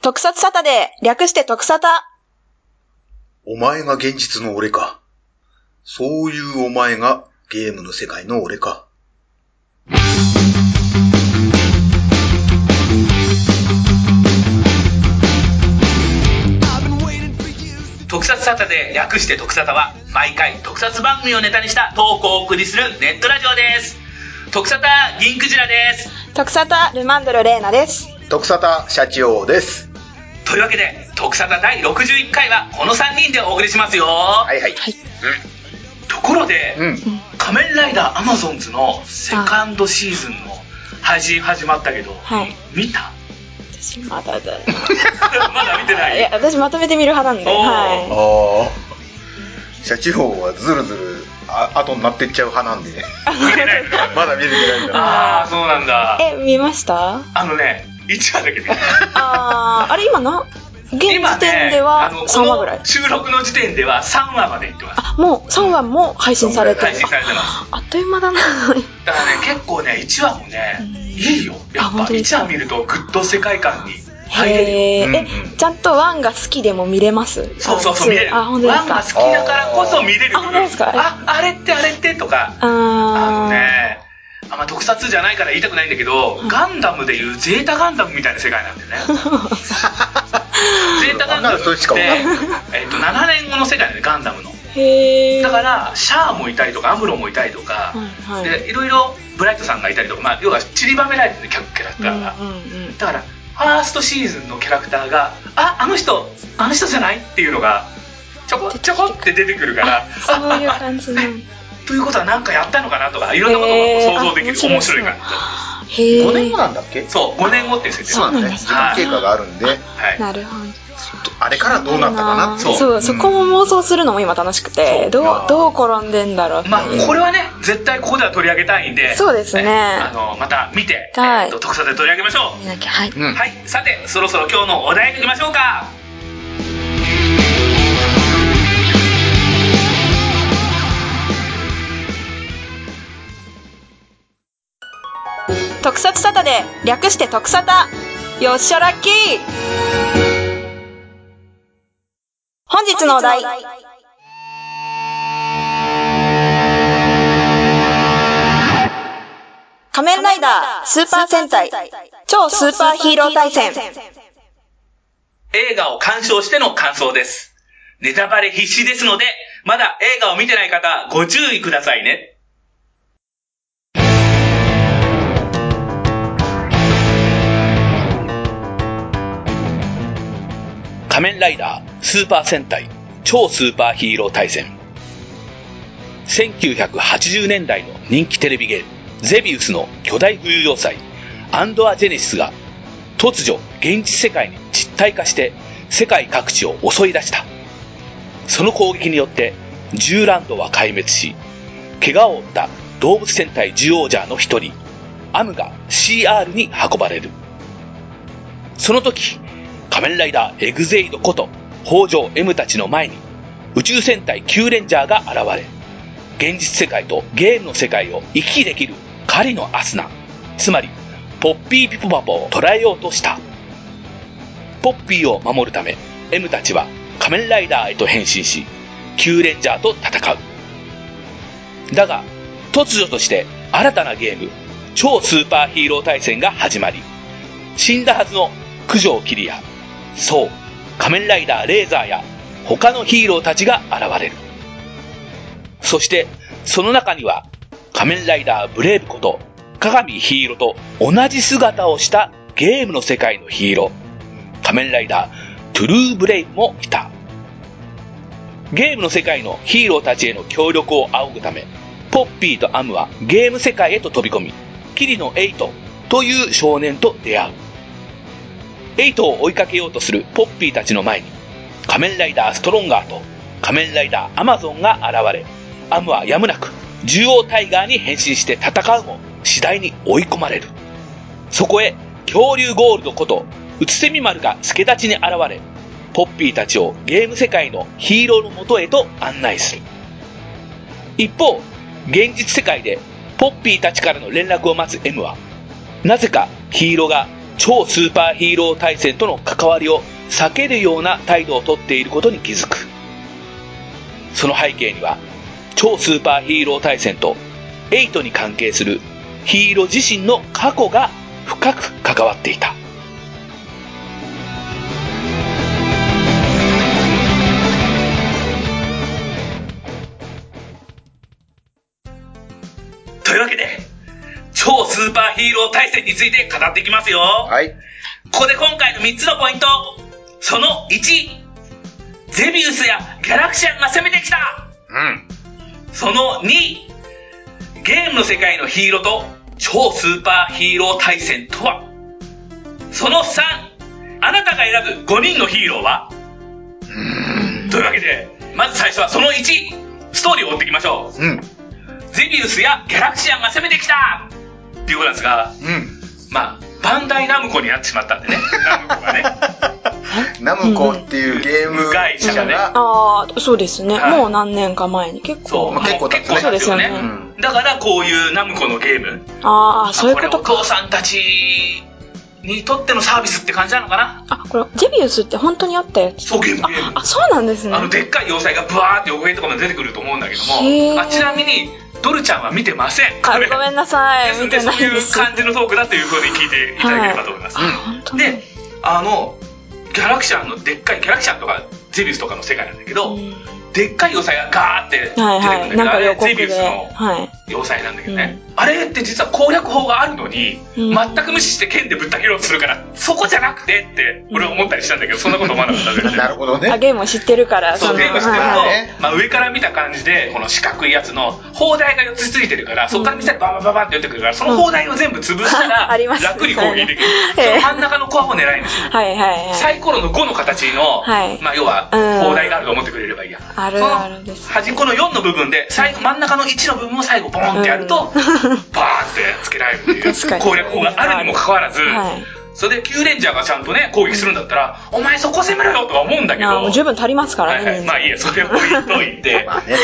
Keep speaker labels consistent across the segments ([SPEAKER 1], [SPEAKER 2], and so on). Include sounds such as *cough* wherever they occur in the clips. [SPEAKER 1] 特撮サタデー、略して特サタ。
[SPEAKER 2] お前が現実の俺か。そういうお前がゲームの世界の俺か。
[SPEAKER 3] 特撮サタデー略して特サタは毎回特撮番組をネタにしたトークをお送りするネットラジオです特サタ銀クジラです
[SPEAKER 1] 特サタ、ルマンドロレーナです。
[SPEAKER 2] 徳沙汰社長です。
[SPEAKER 3] というわけで特サタ第61回はこの3人でお送りしますよ、
[SPEAKER 2] はいはい。
[SPEAKER 1] はい。
[SPEAKER 3] ところで、
[SPEAKER 2] うん。
[SPEAKER 3] 仮面ライダーアマゾンズのセカンドシーズンの配信始まったけど、
[SPEAKER 1] はい。
[SPEAKER 3] 見
[SPEAKER 1] *laughs*
[SPEAKER 3] た
[SPEAKER 1] 私まだ *laughs* だ。
[SPEAKER 3] まだ見てない
[SPEAKER 1] いや、私まとめて見る派なんで。
[SPEAKER 3] おー
[SPEAKER 1] は
[SPEAKER 2] ああ。社長はずるずるあ後になってっちゃう派なんでね。
[SPEAKER 3] 見 *laughs* てないの
[SPEAKER 2] まだ見れてないんだな。
[SPEAKER 3] ああそうなんだ
[SPEAKER 1] い。え、見ました
[SPEAKER 3] あのね1話だけ見た
[SPEAKER 1] あー、あれ今な、現時
[SPEAKER 3] 今
[SPEAKER 1] 点
[SPEAKER 3] ね
[SPEAKER 1] では
[SPEAKER 3] あの
[SPEAKER 1] 3話ぐらい
[SPEAKER 3] この。収録の時点では3話までいってます
[SPEAKER 1] あ、もう3話も配信されてる
[SPEAKER 3] 配。信されてます
[SPEAKER 1] ああっという間だ
[SPEAKER 3] *laughs*
[SPEAKER 1] な。
[SPEAKER 3] だからね結構ね1話もね
[SPEAKER 1] うん
[SPEAKER 3] いいよや
[SPEAKER 1] あ
[SPEAKER 3] っぱ
[SPEAKER 1] 本当です
[SPEAKER 3] 1
[SPEAKER 1] か
[SPEAKER 3] 話見るとグッと世界観に入れるよ
[SPEAKER 1] へー。え
[SPEAKER 2] うんうん、
[SPEAKER 1] ちゃんとワンが好きでも見れます
[SPEAKER 3] そうそうそう見れる
[SPEAKER 1] あ、
[SPEAKER 3] ワ
[SPEAKER 1] 本
[SPEAKER 3] ン
[SPEAKER 1] 当で
[SPEAKER 3] が
[SPEAKER 1] すか
[SPEAKER 3] 好きだからこそ見れる
[SPEAKER 1] あ本当ですか
[SPEAKER 3] ああれってあれってとか
[SPEAKER 1] あ
[SPEAKER 3] あの
[SPEAKER 1] ー。
[SPEAKER 3] ねあんま特撮じゃないから言いたくないんだけど、ガンダムでいうゼータガンダムみたいな世界なんだよね
[SPEAKER 1] *laughs*
[SPEAKER 3] ゼータガンダム
[SPEAKER 2] あ
[SPEAKER 3] って
[SPEAKER 2] それしかわかん
[SPEAKER 3] えっと7年後の世界なんでガンダムの
[SPEAKER 1] *laughs* へー。
[SPEAKER 3] だからシャアもいたりとかアムロもいたりとか、
[SPEAKER 1] はいはい
[SPEAKER 3] でいろいろブライトさんがいたりとか、まあ、要は散りばめられてるキャキャラクタ *laughs* ーが、
[SPEAKER 1] うんうんうん
[SPEAKER 3] だからファーストシーズンのキャラクターがああの人あの人じゃないっていうのがちょこちょこって出てくるから
[SPEAKER 1] そういう感じなん *laughs*
[SPEAKER 3] ということは何かやったのかなとかいろんなことが想像できる、
[SPEAKER 1] へーあ
[SPEAKER 3] 面白いから
[SPEAKER 1] へえ
[SPEAKER 2] 5年後なんだっけ
[SPEAKER 3] そう5年後っていう設定
[SPEAKER 2] そうなんだね。時
[SPEAKER 3] そうなん
[SPEAKER 2] 間
[SPEAKER 3] です
[SPEAKER 2] 経過があるんで、
[SPEAKER 3] はい、
[SPEAKER 1] なるほど
[SPEAKER 2] あれからどうなったかなって
[SPEAKER 1] そううそう、そこも妄想するのも今楽しくて
[SPEAKER 3] そう
[SPEAKER 1] どう
[SPEAKER 2] あー
[SPEAKER 1] どう転んでんだろうって
[SPEAKER 3] まあこれはね絶対ここでは取り上げたいんで
[SPEAKER 1] そうですね
[SPEAKER 3] えあのまた見て、
[SPEAKER 1] はい
[SPEAKER 3] えっと特撮で取り上げましょう
[SPEAKER 1] 見なきゃはい、
[SPEAKER 2] うん。うん。
[SPEAKER 3] はい、さてそろそろ今日のお題に行きましょうか
[SPEAKER 1] 特撮サタデー略して特サタよっしゃラッキー本日のお題仮面ライダースーパー戦隊超スーパーヒーロー対戦
[SPEAKER 3] 映画を鑑賞しての感想ですネタバレ必至ですのでまだ映画を見てない方ご注意くださいね仮面ライダースーパー戦隊超スーパーヒーロー対戦1980年代の人気テレビゲーム「ゼビウス」の巨大冬要塞アンドア・ジェネシスが突如現実世界に実体化して世界各地を襲い出したその攻撃によってジューランドは壊滅し怪我を負った動物戦隊ジュオージャーの一人アムが CR に運ばれるその時仮面ライダーエグゼイドこと北条 M たちの前に宇宙戦隊 Q レンジャーが現れ現実世界とゲームの世界を行き来できる狩りのアスナつまりポッピーピポパポを捕らえようとしたポッピーを守るため M たちは仮面ライダーへと変身し Q レンジャーと戦うだが突如として新たなゲーム超スーパーヒーロー対戦が始まり死んだはずの九条桐やそう仮面ライダーレーザーや他のヒーローたちが現れるそして、その中には、仮面ライダーブレイブこと、鏡ヒーローと同じ姿をしたゲームの世界のヒーロー、仮面ライダートゥルーブレイブもいた。ゲームの世界のヒーローたちへの協力を仰ぐため、ポッピーとアムはゲーム世界へと飛び込み、キリノエイトという少年と出会う。エイトを追いかけようとするポッピーたちの前に、仮面ライダーストロンガーと仮面ライダーアマゾンが現れ、アムはやむなく獣王タイガーに変身して戦うも次第に追い込まれるそこへ恐竜ゴールドことうつせみ丸が助太刀に現れポッピーたちをゲーム世界のヒーローのもとへと案内する一方現実世界でポッピーたちからの連絡を待つ M はなぜかヒーローが超スーパーヒーロー対戦との関わりを避けるような態度をとっていることに気づくその背景には超スーパーヒーロー対戦とエイトに関係するヒーロー自身の過去が深く関わっていたというわけで超スーパーヒーロー対戦について語っていきますよ、
[SPEAKER 2] はい。
[SPEAKER 3] ここで今回の3つのポイントその1ゼビウスやギャラクシアンが攻めてきた
[SPEAKER 2] うん。
[SPEAKER 3] その2ゲームの世界のヒーローと超スーパーヒーロー対戦とはその3あなたが選ぶ5人のヒーローはというわけでまず最初はその1ストーリーを追っていきましょう
[SPEAKER 2] うん。
[SPEAKER 3] ゼビウスやギャラクシアンが攻めてきたっていうことなんですが
[SPEAKER 2] うん。
[SPEAKER 3] まあバンダイナムコになってしまったんでねナムコがね
[SPEAKER 2] *laughs* ナムコっていうゲーム
[SPEAKER 3] 会社がね
[SPEAKER 1] ああ、そうですね。
[SPEAKER 3] はい
[SPEAKER 1] もう何年か前に結
[SPEAKER 3] そう、
[SPEAKER 1] 構。
[SPEAKER 2] まあ
[SPEAKER 1] はい
[SPEAKER 2] 結構経つね
[SPEAKER 3] 経つ
[SPEAKER 1] そ
[SPEAKER 3] よね
[SPEAKER 1] うですよ
[SPEAKER 2] ね
[SPEAKER 3] だからこういうナムコのゲーム
[SPEAKER 1] ああ、そういう
[SPEAKER 3] こ
[SPEAKER 1] こ
[SPEAKER 3] れお
[SPEAKER 1] とか
[SPEAKER 3] 父。さんたちにとってのサービスって感じなのかな
[SPEAKER 1] あ、これ、ゼビウスって本当にあったやつ
[SPEAKER 3] そうゲームゲーム
[SPEAKER 1] あ、そうなんですね。
[SPEAKER 3] あのでっかい要塞がブワーって横毛とかも出てくると思うんだけど
[SPEAKER 1] へ
[SPEAKER 3] も
[SPEAKER 1] ー
[SPEAKER 3] あちなみにドルちゃんは見てません
[SPEAKER 1] あごめんなさ
[SPEAKER 3] で
[SPEAKER 1] い。
[SPEAKER 3] す
[SPEAKER 1] 見
[SPEAKER 3] で
[SPEAKER 1] て
[SPEAKER 3] そう
[SPEAKER 1] ないん
[SPEAKER 3] い
[SPEAKER 1] で
[SPEAKER 3] う
[SPEAKER 1] す。
[SPEAKER 3] 感じのトークだというふうに聞いていただければと思います、
[SPEAKER 1] あ、本当に。
[SPEAKER 3] であのギャラクシアンのでっかいギャラクシアンとかゼビウスとかの世界なんだけど、
[SPEAKER 1] うん
[SPEAKER 3] でっかい要塞がガーって出てくるん
[SPEAKER 1] はい
[SPEAKER 3] だけど、
[SPEAKER 1] はい。なんか予
[SPEAKER 3] あれ
[SPEAKER 1] 告
[SPEAKER 3] ゼビ
[SPEAKER 1] で。
[SPEAKER 3] ウスの
[SPEAKER 1] はい。
[SPEAKER 3] 要塞なんだけどね、あれって実は攻略法があるのに、
[SPEAKER 1] うん
[SPEAKER 3] 全く無視して剣でぶった切ろうとするからそこじゃなくてって俺は思ったりしたんだけどそんなこと思わなかったんだけど
[SPEAKER 2] なるほど
[SPEAKER 1] あ、
[SPEAKER 2] ね。
[SPEAKER 1] ゲームを知ってるから、
[SPEAKER 3] そう
[SPEAKER 1] の
[SPEAKER 3] ゲームしてると、
[SPEAKER 1] はいはい
[SPEAKER 2] ね
[SPEAKER 3] まあ、上から見た感じでこの四角いやつの砲台が4つついてるからそこからミサイルバンバンバンバンって打ってくるからその砲台を全部潰したら
[SPEAKER 1] あります
[SPEAKER 3] 楽に攻撃できる、
[SPEAKER 1] はい
[SPEAKER 3] その真ん中のコアを狙いですよ
[SPEAKER 1] はいはいはい。
[SPEAKER 3] サイコロの5の形の、
[SPEAKER 1] はい
[SPEAKER 3] まあ、要は
[SPEAKER 1] うん
[SPEAKER 3] 砲台があると思ってくれればいいや
[SPEAKER 1] あるあるです
[SPEAKER 3] その端っこの4の部分で最後真ん中の1の部分を最後ボーンってやると、バーンってつけられるっていう
[SPEAKER 1] 確かに
[SPEAKER 3] 攻略法があるにもかかわらず、
[SPEAKER 1] はい
[SPEAKER 3] それでキューレンジャーがちゃんとね攻撃するんだったら、お前そこ攻めろよとは思うんだけ
[SPEAKER 1] あ
[SPEAKER 3] ど
[SPEAKER 1] もう十分足りますから
[SPEAKER 3] はい
[SPEAKER 1] ね。
[SPEAKER 3] はい、まあいいやそれを置いと
[SPEAKER 1] *laughs*
[SPEAKER 3] いて
[SPEAKER 2] まあね。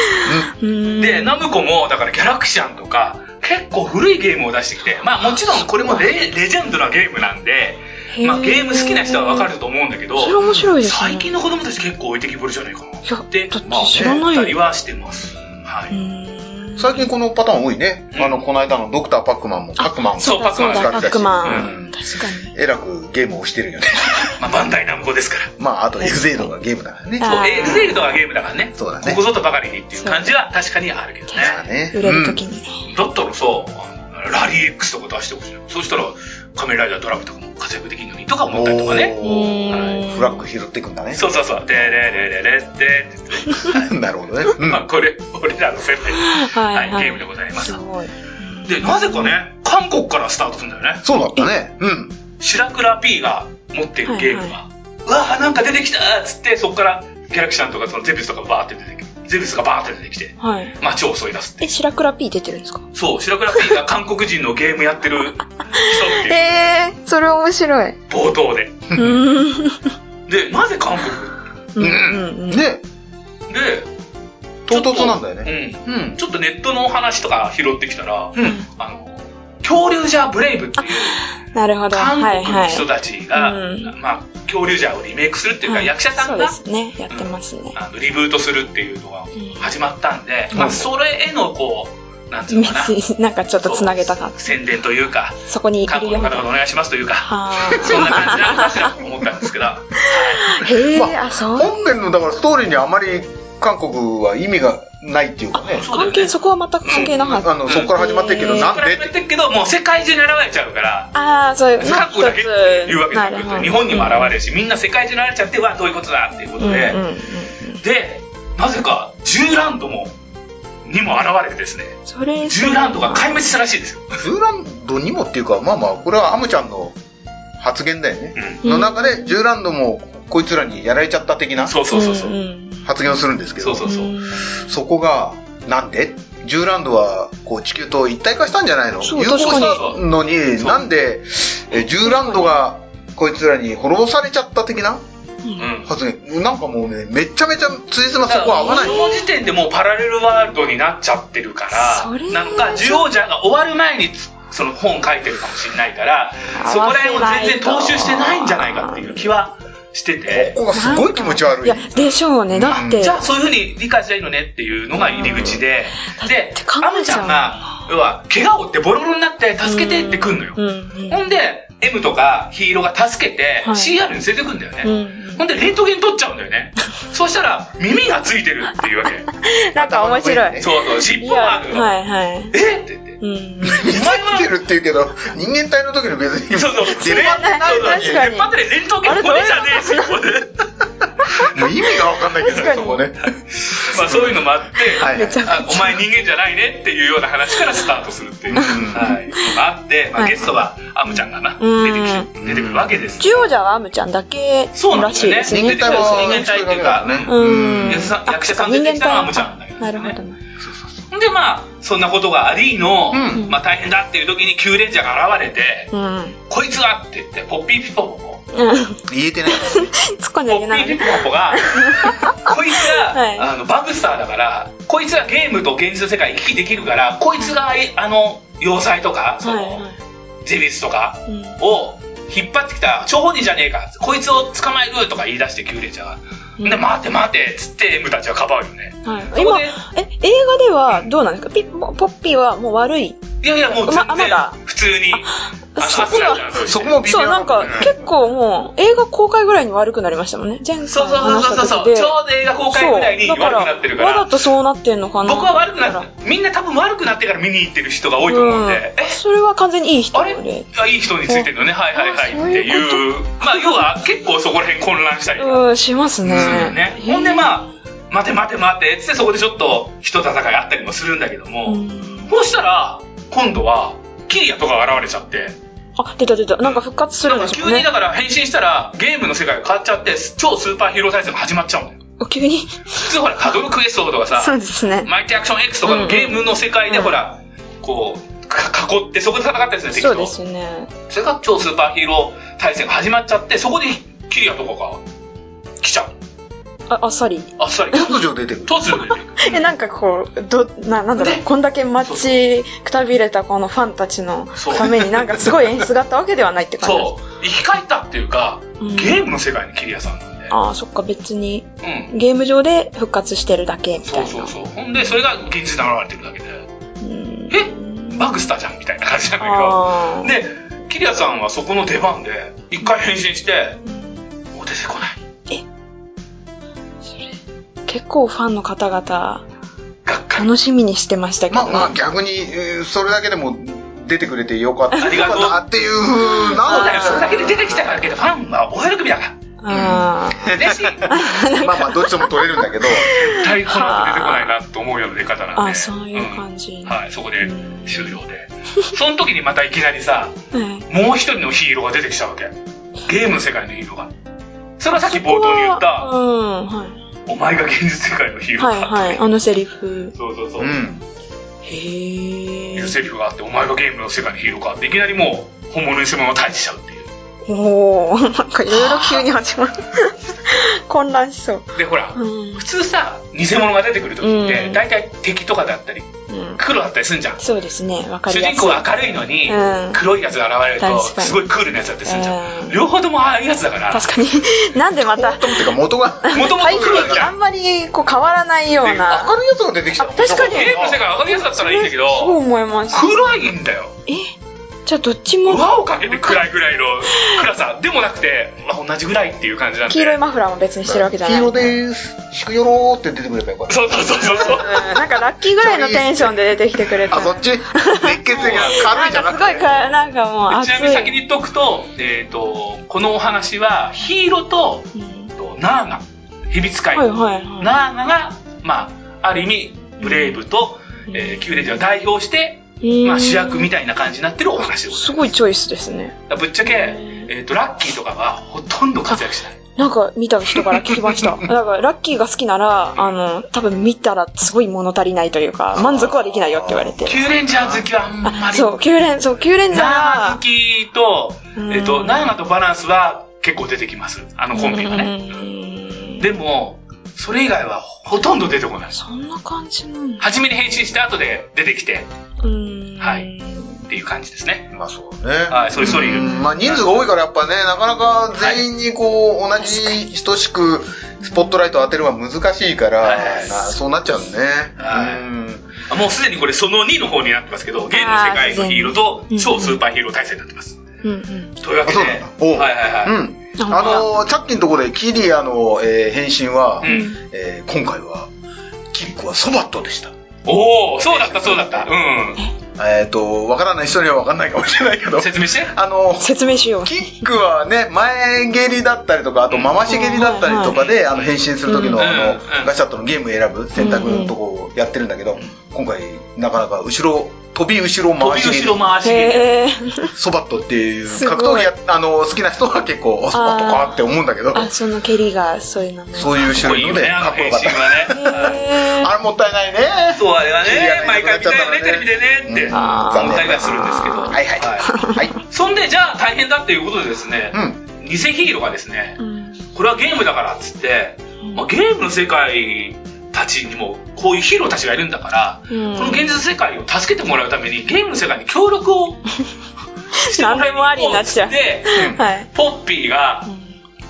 [SPEAKER 1] うん
[SPEAKER 3] で、ナムコも、だからギャラクシアンとか、結構古いゲームを出してきて、まあもちろんこれもレレジェンドなゲームなんで、まあ
[SPEAKER 1] へー
[SPEAKER 3] ゲーム好きな人はわかると思うんだけど、
[SPEAKER 1] それ面白いですね
[SPEAKER 3] 最近の子供たち結構置いてきぼりじゃないかな。
[SPEAKER 1] いや
[SPEAKER 3] で
[SPEAKER 1] だって、
[SPEAKER 3] まあ、
[SPEAKER 1] 知らない
[SPEAKER 3] 思ったりはしてます。は
[SPEAKER 1] う
[SPEAKER 3] い。
[SPEAKER 1] ん
[SPEAKER 2] 最近このパターン多いね。
[SPEAKER 3] うん
[SPEAKER 2] あの、この間のドクターパックマンも、パックマンも
[SPEAKER 3] そうパックマン
[SPEAKER 1] そうだパックマン。
[SPEAKER 2] うん
[SPEAKER 1] 確かに。
[SPEAKER 2] えらくゲームをしてるよね。 *laughs*
[SPEAKER 3] まあバンダイナムコですから。
[SPEAKER 2] まあ、あとエグゼイドがゲームだからね。
[SPEAKER 1] あ
[SPEAKER 3] そう
[SPEAKER 1] ー
[SPEAKER 3] エグゼイルとかゲームだからね。
[SPEAKER 2] そうだね
[SPEAKER 3] ここぞとばかりにっていう感じは確かにあるけどね。
[SPEAKER 2] だね。
[SPEAKER 1] 売れる時にね。
[SPEAKER 3] だったらさ、ラリー X とか出してほしい。そうしたら、仮面ライダードラムとかも活躍できるのにとか思ったりとかね。
[SPEAKER 2] お
[SPEAKER 1] うん
[SPEAKER 2] ーフラッグ拾っていくんだね。
[SPEAKER 3] そうそうそう。でれれれれって、
[SPEAKER 2] *laughs* なるほどね。うん
[SPEAKER 3] まあこれ、俺らの世代。
[SPEAKER 1] はい
[SPEAKER 3] は、
[SPEAKER 1] はいい
[SPEAKER 3] ゲームでございます
[SPEAKER 1] す。ごい。
[SPEAKER 3] で、なぜかね、韓国からスタートするんだよね。
[SPEAKER 2] そうだったね。うん。
[SPEAKER 3] 白倉 P が持ってるゲームが、
[SPEAKER 1] は
[SPEAKER 3] うわあなんか出てきたーっつって、そこからギャラクシャンとかそのゼビウスとかバーって出てきて、ゼビウスがバーって出てきて、
[SPEAKER 1] はい。
[SPEAKER 3] 街を襲い出すってい
[SPEAKER 1] え、
[SPEAKER 3] う。
[SPEAKER 1] 白倉 P 出てるんですか
[SPEAKER 3] そう、白倉 P が韓国人のゲームやってる人ってい
[SPEAKER 1] *laughs*
[SPEAKER 3] う、
[SPEAKER 1] えー、それ面白い。
[SPEAKER 3] 冒頭で。
[SPEAKER 1] うん
[SPEAKER 3] で、なぜ韓国
[SPEAKER 1] うんうんうん。
[SPEAKER 2] ね、
[SPEAKER 3] で、
[SPEAKER 2] 唐突なんだよね。
[SPEAKER 3] ね。
[SPEAKER 2] う
[SPEAKER 3] うん。
[SPEAKER 2] ん。
[SPEAKER 3] ちょっとネットの話とか拾ってきたら、
[SPEAKER 2] うん。
[SPEAKER 3] あの、恐竜じゃブレイブっていう
[SPEAKER 1] なるほど。
[SPEAKER 3] 韓
[SPEAKER 1] はい
[SPEAKER 3] 国の
[SPEAKER 1] はい。
[SPEAKER 3] 人たちが、
[SPEAKER 1] うん
[SPEAKER 3] まあ、恐竜じゃをリメイクするっていうか、
[SPEAKER 1] はい
[SPEAKER 3] 役者さんが
[SPEAKER 1] そうですね。やってますね。 *laughs*
[SPEAKER 3] あのリブートするっていうのが始まったんで、
[SPEAKER 2] うん
[SPEAKER 3] まあ、それへのこうなんていう
[SPEAKER 1] メ
[SPEAKER 3] のかな
[SPEAKER 1] ッセージ、なんかちょっとつなげたかった。
[SPEAKER 3] 宣伝というか
[SPEAKER 1] そこにい
[SPEAKER 3] 韓
[SPEAKER 1] る
[SPEAKER 3] 国
[SPEAKER 1] よ
[SPEAKER 3] の
[SPEAKER 1] みたい
[SPEAKER 3] 方
[SPEAKER 1] な。
[SPEAKER 3] 々お願いしますという
[SPEAKER 1] *laughs*
[SPEAKER 3] か
[SPEAKER 1] は
[SPEAKER 3] そんな感じなのかしらと思ったんですけど
[SPEAKER 1] あ。へえ、
[SPEAKER 2] まあ
[SPEAKER 1] あ、そう。
[SPEAKER 2] 本編のだからストーリーにあまり韓国は意味がないっていうかね。
[SPEAKER 3] そうだよ
[SPEAKER 1] 関
[SPEAKER 3] ね
[SPEAKER 1] 係、そこは全く関係なかっ
[SPEAKER 2] あ
[SPEAKER 1] た。
[SPEAKER 2] の、そこから始まってるけど、
[SPEAKER 1] うん
[SPEAKER 2] なん
[SPEAKER 3] 比
[SPEAKER 2] で
[SPEAKER 3] べ
[SPEAKER 2] って
[SPEAKER 3] てるけどもう世界中に現れちゃうから
[SPEAKER 1] ああ、そういう、まあ
[SPEAKER 3] 韓国だけっていうわけじゃなくて日本にも現れ
[SPEAKER 1] る
[SPEAKER 3] るしみんな世界中に現れちゃってはどういうことだっていうこ
[SPEAKER 1] ほ
[SPEAKER 3] と
[SPEAKER 1] どうん
[SPEAKER 3] で、
[SPEAKER 1] うんうんうん。
[SPEAKER 3] でなぜか10ラウンドもにも現れてですね
[SPEAKER 1] それ、
[SPEAKER 3] 10ラウンドが壊滅したらしいですよ、
[SPEAKER 2] て、10ラウンドにもっていうか、まあまあ、これはアムちゃんの発言だよね。
[SPEAKER 1] う
[SPEAKER 3] う、
[SPEAKER 1] ん
[SPEAKER 2] の中で、10ラウンドもこいつらにやられちゃった的なん
[SPEAKER 3] そうそうそうそう、
[SPEAKER 1] んん
[SPEAKER 2] 発言をするんですけど、
[SPEAKER 3] そうそう
[SPEAKER 1] うん
[SPEAKER 2] そこが、なんで ?10 ラウンドはこう地球と一体化したんじゃないの
[SPEAKER 1] そう
[SPEAKER 2] 融合したのに、
[SPEAKER 3] そう
[SPEAKER 2] なんでえ10ラウンドがこいつらに滅ぼされちゃった的な
[SPEAKER 3] うん、
[SPEAKER 2] 発言。なんかもうね、めちゃめちゃ辻褄
[SPEAKER 3] だ
[SPEAKER 2] そ
[SPEAKER 3] から
[SPEAKER 2] こは合わない
[SPEAKER 3] そ。の時点でもうパラレルワールドになっちゃってるから
[SPEAKER 1] それ
[SPEAKER 3] なんかジオージャーが終わる前につその本書いてるかもしれないから
[SPEAKER 1] 合わせないと
[SPEAKER 3] そこら辺を全然踏襲してないんじゃないかっていう気はしてて
[SPEAKER 2] ここがすごい気持ち悪い。
[SPEAKER 1] や、でしょうね。だって
[SPEAKER 3] じ、ゃあそういうふうに理解したらいいのねっていうのが入り口で、
[SPEAKER 1] だ
[SPEAKER 3] で
[SPEAKER 1] って考えちゃう
[SPEAKER 3] アムちゃんが要は怪我を負ってボロボロになって助けてってくんのよ、
[SPEAKER 1] うん。
[SPEAKER 3] ほんで M とかヒーローが助けて
[SPEAKER 1] はい
[SPEAKER 3] CR に連れてくんだよね、
[SPEAKER 1] うん
[SPEAKER 3] ほんでレントゲン取っちゃうんだ
[SPEAKER 1] *laughs*
[SPEAKER 3] よねそうしたら耳がついてるっていうわけ
[SPEAKER 1] なんか面白い。
[SPEAKER 3] そうそう尻
[SPEAKER 1] い
[SPEAKER 3] 尾
[SPEAKER 1] や、
[SPEAKER 3] があるの、
[SPEAKER 1] はいはい。
[SPEAKER 3] えっって言って
[SPEAKER 1] うん。
[SPEAKER 3] お
[SPEAKER 2] 生
[SPEAKER 3] 前
[SPEAKER 2] きて
[SPEAKER 3] は
[SPEAKER 2] るって言うけど、人間体の時の別
[SPEAKER 1] *laughs*
[SPEAKER 2] に。
[SPEAKER 3] そうそう
[SPEAKER 2] 出っ
[SPEAKER 3] 連れてないのに
[SPEAKER 1] 確かに
[SPEAKER 3] 出っ張ってるレントゲンここでじゃねえしここで
[SPEAKER 2] もう意味がわかんないけどね、
[SPEAKER 1] 確か
[SPEAKER 2] そ
[SPEAKER 1] に
[SPEAKER 2] こね。
[SPEAKER 3] まあそういうのもあって、
[SPEAKER 2] はいはい。
[SPEAKER 3] あお前人間じゃないねっていうような話からスタートするっていう、はい、のがあって、まあ、
[SPEAKER 1] はい
[SPEAKER 3] ゲストはアムちゃんがな、
[SPEAKER 1] うん
[SPEAKER 3] 出てきて出てくるわけです
[SPEAKER 1] 中央じゃはアムちゃんだけ
[SPEAKER 3] そうなん
[SPEAKER 1] ら
[SPEAKER 3] で
[SPEAKER 1] し
[SPEAKER 3] す
[SPEAKER 1] い
[SPEAKER 3] よね
[SPEAKER 1] です
[SPEAKER 2] 人
[SPEAKER 1] ね
[SPEAKER 2] 間。体は
[SPEAKER 3] 人間体っていうか
[SPEAKER 1] うん。
[SPEAKER 3] 役者さん
[SPEAKER 1] あ
[SPEAKER 3] 役者さん出てきたのはアムちゃんだけどね
[SPEAKER 1] なるほど。
[SPEAKER 3] でまあそんなことがありの、
[SPEAKER 2] うん
[SPEAKER 3] まあ、大変だっていう時にキュウレンジャーが現れて
[SPEAKER 1] うん。
[SPEAKER 3] 「こいつは!」って言ってポッピーピポポポ
[SPEAKER 1] うん。 *laughs* 突っ
[SPEAKER 2] 言えてない。
[SPEAKER 1] 込んじゃ
[SPEAKER 3] ポ
[SPEAKER 1] いけ
[SPEAKER 3] ッピ
[SPEAKER 1] な
[SPEAKER 3] ー
[SPEAKER 1] い
[SPEAKER 3] ピ。ポポポが「こいつは、
[SPEAKER 1] *laughs* はい
[SPEAKER 3] あのバグスターだからこいつはゲームと現実の世界行き来できるからこいつがあの要塞とかそ
[SPEAKER 1] はい
[SPEAKER 3] の、
[SPEAKER 1] は
[SPEAKER 3] ジェビスとか
[SPEAKER 1] い。うん
[SPEAKER 3] を引っ張ってきた張本人じゃねえかこいつを捕まえるとか言い出してキュウレンジャーが「
[SPEAKER 1] うん
[SPEAKER 3] で待て待て」っつって M たちはかばうよね
[SPEAKER 1] はい、
[SPEAKER 3] そこ
[SPEAKER 1] 今
[SPEAKER 3] で
[SPEAKER 1] え映画ではどうなんですかピポポッピーはもう悪い
[SPEAKER 3] いやいやもう全
[SPEAKER 1] まあま
[SPEAKER 3] 然
[SPEAKER 1] だ
[SPEAKER 3] 普通にあの
[SPEAKER 1] そ
[SPEAKER 3] ア
[SPEAKER 1] こ
[SPEAKER 3] スランじゃ
[SPEAKER 1] は
[SPEAKER 3] んそう
[SPEAKER 2] そこも微妙
[SPEAKER 1] そうなんか結構もう映画公開ぐらいに悪くなりましたもんね前回
[SPEAKER 3] そうそう
[SPEAKER 1] 話
[SPEAKER 3] そ
[SPEAKER 1] し
[SPEAKER 3] うそう
[SPEAKER 1] た
[SPEAKER 3] そう
[SPEAKER 1] 時で
[SPEAKER 3] ちょうど映画公開ぐらいに悪くなってるか
[SPEAKER 1] そうだわ
[SPEAKER 3] ら
[SPEAKER 1] ざとそうなってんのかな
[SPEAKER 3] 僕は悪くなってみんな多分悪くなってから見に行ってる人が多いと思うんで、
[SPEAKER 1] うん
[SPEAKER 3] え
[SPEAKER 1] それは完全にいい人
[SPEAKER 3] あ
[SPEAKER 1] で
[SPEAKER 3] れあいい人についてるのねはいはいはいっていうまあ要は結構そこら辺混乱したりとか
[SPEAKER 1] うんしますね
[SPEAKER 3] するよね、ほんでまあ待て待て待てっつってそこでちょっと人戦いがあったりもするんだけども、
[SPEAKER 1] うん
[SPEAKER 3] そうしたら、今度は、キリアとかが現れちゃって、
[SPEAKER 1] あ出た出たなんか復活す
[SPEAKER 3] な
[SPEAKER 1] る
[SPEAKER 3] ん
[SPEAKER 1] ん
[SPEAKER 3] か
[SPEAKER 1] ですよ
[SPEAKER 3] 急に
[SPEAKER 1] ね
[SPEAKER 3] だから変身したら、ゲームの世界が変わっちゃって、超スーパーヒーロー対戦が始まっちゃうんだよ。
[SPEAKER 1] 急に
[SPEAKER 3] 普通ほら、カドルクエストとかさ、
[SPEAKER 1] *laughs* そうですね
[SPEAKER 3] マイティアクション X とかのゲームの世界で
[SPEAKER 1] うん
[SPEAKER 3] ほら、こう、か囲ってそこで戦ったりするんです
[SPEAKER 1] そ
[SPEAKER 3] よ、
[SPEAKER 1] うで
[SPEAKER 3] 敵
[SPEAKER 1] す
[SPEAKER 3] と。
[SPEAKER 1] ね
[SPEAKER 3] それが超スーパーヒーロー対戦が始まっちゃって、そこでキリアとかが来ちゃう。
[SPEAKER 1] ああっさり
[SPEAKER 3] あっさり。
[SPEAKER 2] 突如出てくる。
[SPEAKER 3] 突
[SPEAKER 1] *laughs*
[SPEAKER 3] 如出てくる。
[SPEAKER 1] え *laughs* なんかこうどななんだろう
[SPEAKER 3] で
[SPEAKER 1] こんだけ待ちくたびれたこのファンたちの
[SPEAKER 3] そう
[SPEAKER 1] ためになんかすごい演出があったわけではないって感じです
[SPEAKER 3] そう。生き返ったっていうか、
[SPEAKER 1] うん
[SPEAKER 3] ゲームの世界にキリアさんなんで。
[SPEAKER 1] ああそっか別に
[SPEAKER 3] うん。
[SPEAKER 1] ゲーム上で復活してるだけみたい
[SPEAKER 3] そ
[SPEAKER 1] な
[SPEAKER 3] うそうそう。ほんで、それが現実に現れてるだけで、
[SPEAKER 1] うん
[SPEAKER 3] えバグスターじゃんみたいな感じなんだ
[SPEAKER 1] あー
[SPEAKER 3] けど。で、キリアさんはそこの出番で、一回変身して、もう出てこない。
[SPEAKER 1] 結構ファンの方々
[SPEAKER 3] がっかり。
[SPEAKER 1] 楽しみにしてましたけ
[SPEAKER 2] まあ
[SPEAKER 1] ど、
[SPEAKER 2] まあ逆に、えーそれだけでも出てくれてよかった。
[SPEAKER 3] ありがとう
[SPEAKER 2] よかったっていう風な。
[SPEAKER 3] そうだよ、それだけで出てきたからけど、ファンはお喜びだか
[SPEAKER 1] あー
[SPEAKER 3] ら。嬉
[SPEAKER 1] *laughs*
[SPEAKER 3] しい。
[SPEAKER 2] まあまあどっちとも取れるんだけど。
[SPEAKER 3] 絶対この後出てこないなと思うような出方なんで。
[SPEAKER 1] あそういう感じ、
[SPEAKER 3] うん
[SPEAKER 1] は
[SPEAKER 3] はい、そこで終了で。その時にまたいきなりさ、
[SPEAKER 1] い
[SPEAKER 3] もう一人のヒーローが出てきちゃうわけ。ゲームの世界のヒーローが。それはさっき冒頭に言っ
[SPEAKER 1] う
[SPEAKER 3] た、
[SPEAKER 1] んはい
[SPEAKER 3] お前が現実世界のヒーロー
[SPEAKER 1] はい
[SPEAKER 3] だ。
[SPEAKER 1] はいあのセリフ
[SPEAKER 3] そうそうそうう。
[SPEAKER 2] ん。
[SPEAKER 1] へえ
[SPEAKER 3] いうセリフがあって、お前がゲームの世界のヒーローかって、いきなりもう、本物にそのまま退治しちゃうっていう。
[SPEAKER 1] おおなんかいろいろ急に始
[SPEAKER 3] *laughs*
[SPEAKER 1] まる混乱しそう
[SPEAKER 3] で、ほら、
[SPEAKER 1] うん、
[SPEAKER 3] 普通さ、偽物が出てくる時って、
[SPEAKER 1] うん
[SPEAKER 3] 大体敵とかだったり、
[SPEAKER 1] うん、
[SPEAKER 3] 黒だったりすんじゃん。
[SPEAKER 1] そうですねわか
[SPEAKER 3] 主
[SPEAKER 1] りやす
[SPEAKER 3] 人
[SPEAKER 1] い
[SPEAKER 3] 公は明るいのに
[SPEAKER 1] うん、
[SPEAKER 3] 黒いやつが現れると、
[SPEAKER 1] 確かに
[SPEAKER 3] すごいクールなやつだったりするじゃ
[SPEAKER 1] うん
[SPEAKER 3] ん。両方ともああいうやつだから、
[SPEAKER 1] 確かになんでまた
[SPEAKER 2] てか元が。
[SPEAKER 3] もともと黒いじゃ
[SPEAKER 1] あ
[SPEAKER 3] ん。
[SPEAKER 1] んまりこう変わらないような
[SPEAKER 2] 明るいやつが出てきたら面白ったな
[SPEAKER 1] あ
[SPEAKER 3] ゲームの世界明るいやつだったらいいんだ
[SPEAKER 1] そ
[SPEAKER 3] け
[SPEAKER 1] う
[SPEAKER 3] ど、
[SPEAKER 1] 思いました
[SPEAKER 3] 暗いんだよ。
[SPEAKER 1] えじゃあどっちも
[SPEAKER 3] 輪をかけて暗いぐらいの暗さでもなくて、まあ、同じぐらいっていう感じなんで。
[SPEAKER 1] 黄色いマフラーも別にしてるわけじゃない
[SPEAKER 2] 黄色です。引くよろーって出てくればよかった。
[SPEAKER 3] そうそうそうそうそう。
[SPEAKER 1] うんなんかラッキーぐらいのテンションで出てきてくれた
[SPEAKER 2] あ、そっち熱血的な軽いじゃ
[SPEAKER 1] な
[SPEAKER 2] なんく
[SPEAKER 1] かすごい
[SPEAKER 2] て。
[SPEAKER 1] かなんかもう
[SPEAKER 3] ち
[SPEAKER 1] 熱
[SPEAKER 3] なみに先
[SPEAKER 1] い
[SPEAKER 3] に言っとくと、えっ、と、このお話は、ヒーローと、
[SPEAKER 1] うん
[SPEAKER 3] えっとナーガ、秘密会、
[SPEAKER 1] はいはいは
[SPEAKER 3] ナーガが、まあ、ある意味、ブレイブと、えー、キューレジを代表して、
[SPEAKER 1] い
[SPEAKER 3] まあ、主役み
[SPEAKER 1] た
[SPEAKER 3] たいな感じになってるお話でございます
[SPEAKER 1] すごいチョイスですね
[SPEAKER 3] だからぶっちゃけ、えっ、と、ラッキーとかは、ほとんど活躍しない。
[SPEAKER 1] なんか見た人から聞きました
[SPEAKER 3] *laughs*
[SPEAKER 1] だからラッキーが好きならあの多分見たらすごい物足りないというか満足はできないよって言われて
[SPEAKER 3] キューレンジャー好きはあんま
[SPEAKER 1] あ
[SPEAKER 3] り。
[SPEAKER 1] そう9連そう9連じ
[SPEAKER 3] ナーガ
[SPEAKER 1] ゃ
[SPEAKER 3] 好きと、
[SPEAKER 1] うん
[SPEAKER 3] えっ、と、ナーガとバランスは結構出てきます。あのコンビがね。
[SPEAKER 1] ね
[SPEAKER 3] でも、それ以外はほとんど出てこない。
[SPEAKER 1] そんな感じなんだ
[SPEAKER 3] 初めに変身した後で出てきて、
[SPEAKER 1] うーん
[SPEAKER 3] はいっていう感じですね。
[SPEAKER 2] まあそうね。
[SPEAKER 3] はいそういうストーリー
[SPEAKER 2] んまあ人数が多いからやっぱね、なかなか全員にこう、同じ等しくスポットライトを当てるのは難しいから、
[SPEAKER 3] はいはい
[SPEAKER 2] なそうなっちゃうね。
[SPEAKER 3] はい
[SPEAKER 2] うん
[SPEAKER 3] もうすでにこれその2の方になってますけど、ゲームの世界のヒーローと
[SPEAKER 1] うん
[SPEAKER 3] 超スーパーヒーロー対戦になってます。
[SPEAKER 1] うんうん。
[SPEAKER 3] というわけで、
[SPEAKER 2] あそ
[SPEAKER 3] は
[SPEAKER 2] うなんだおう
[SPEAKER 3] いはいはい。
[SPEAKER 2] うん。あのー、さっきのところでキリアの、えー変身は、
[SPEAKER 3] うん
[SPEAKER 2] えー今回は、キックはソバットでした。
[SPEAKER 3] おお、そうだったそうだった。うん。
[SPEAKER 2] えっ、と、わからない人にはわかんないかもしれないけど、
[SPEAKER 3] 説明して。
[SPEAKER 2] あのー、
[SPEAKER 1] 説明しよう。
[SPEAKER 2] キックはね、前蹴りだったりとか、あと回し蹴りだったりとかで、あの変身する時の、
[SPEAKER 3] うん
[SPEAKER 2] あ
[SPEAKER 3] うん
[SPEAKER 2] のガシャットのゲーム選ぶ選択のとこをやってるんだけど、今回なかなか後ろ飛び後ろ
[SPEAKER 3] 飛
[SPEAKER 2] 回
[SPEAKER 3] び
[SPEAKER 2] し蹴
[SPEAKER 3] 後
[SPEAKER 2] り
[SPEAKER 3] ろ回し蹴り。
[SPEAKER 1] へえ。
[SPEAKER 2] ソバットっていう
[SPEAKER 1] すごい
[SPEAKER 2] 格闘技やあの好きな人は結構あソバットかって思うんだけど、
[SPEAKER 1] あ、その蹴りがそういう名前。
[SPEAKER 2] そういう
[SPEAKER 3] かっ
[SPEAKER 2] 種
[SPEAKER 3] こいい
[SPEAKER 2] 類
[SPEAKER 3] よ
[SPEAKER 2] ので
[SPEAKER 3] ね、あ
[SPEAKER 2] か
[SPEAKER 3] の
[SPEAKER 2] っこ
[SPEAKER 3] 変
[SPEAKER 2] よかっ
[SPEAKER 3] 身
[SPEAKER 2] た。
[SPEAKER 3] はね。
[SPEAKER 1] へー
[SPEAKER 2] あれもったいないね。
[SPEAKER 3] そうあれは
[SPEAKER 2] キリア
[SPEAKER 3] ね、
[SPEAKER 2] がい
[SPEAKER 3] 毎
[SPEAKER 2] なく
[SPEAKER 3] 回見
[SPEAKER 2] なっちゃ
[SPEAKER 3] て
[SPEAKER 2] った
[SPEAKER 3] ね、
[SPEAKER 2] のね
[SPEAKER 3] テレビでねって、
[SPEAKER 1] うんあー
[SPEAKER 3] お願いはするんですけど。
[SPEAKER 2] はいはいはい。
[SPEAKER 3] そんで、じゃあ大変だっていうことでですね、
[SPEAKER 2] うん。
[SPEAKER 3] 偽ヒーローがですね、
[SPEAKER 1] うん
[SPEAKER 3] これはゲームだからっつって、まあ、ゲームの世界たちにもこういうヒーローたちがいるんだから、
[SPEAKER 1] うん
[SPEAKER 3] この現実世界を助けてもらうためにゲームの世界に協力をしてもらいに
[SPEAKER 1] *laughs* 何で
[SPEAKER 3] 行こう
[SPEAKER 1] もありになっちゃう
[SPEAKER 3] っつて
[SPEAKER 1] はい。
[SPEAKER 3] ポッピーが、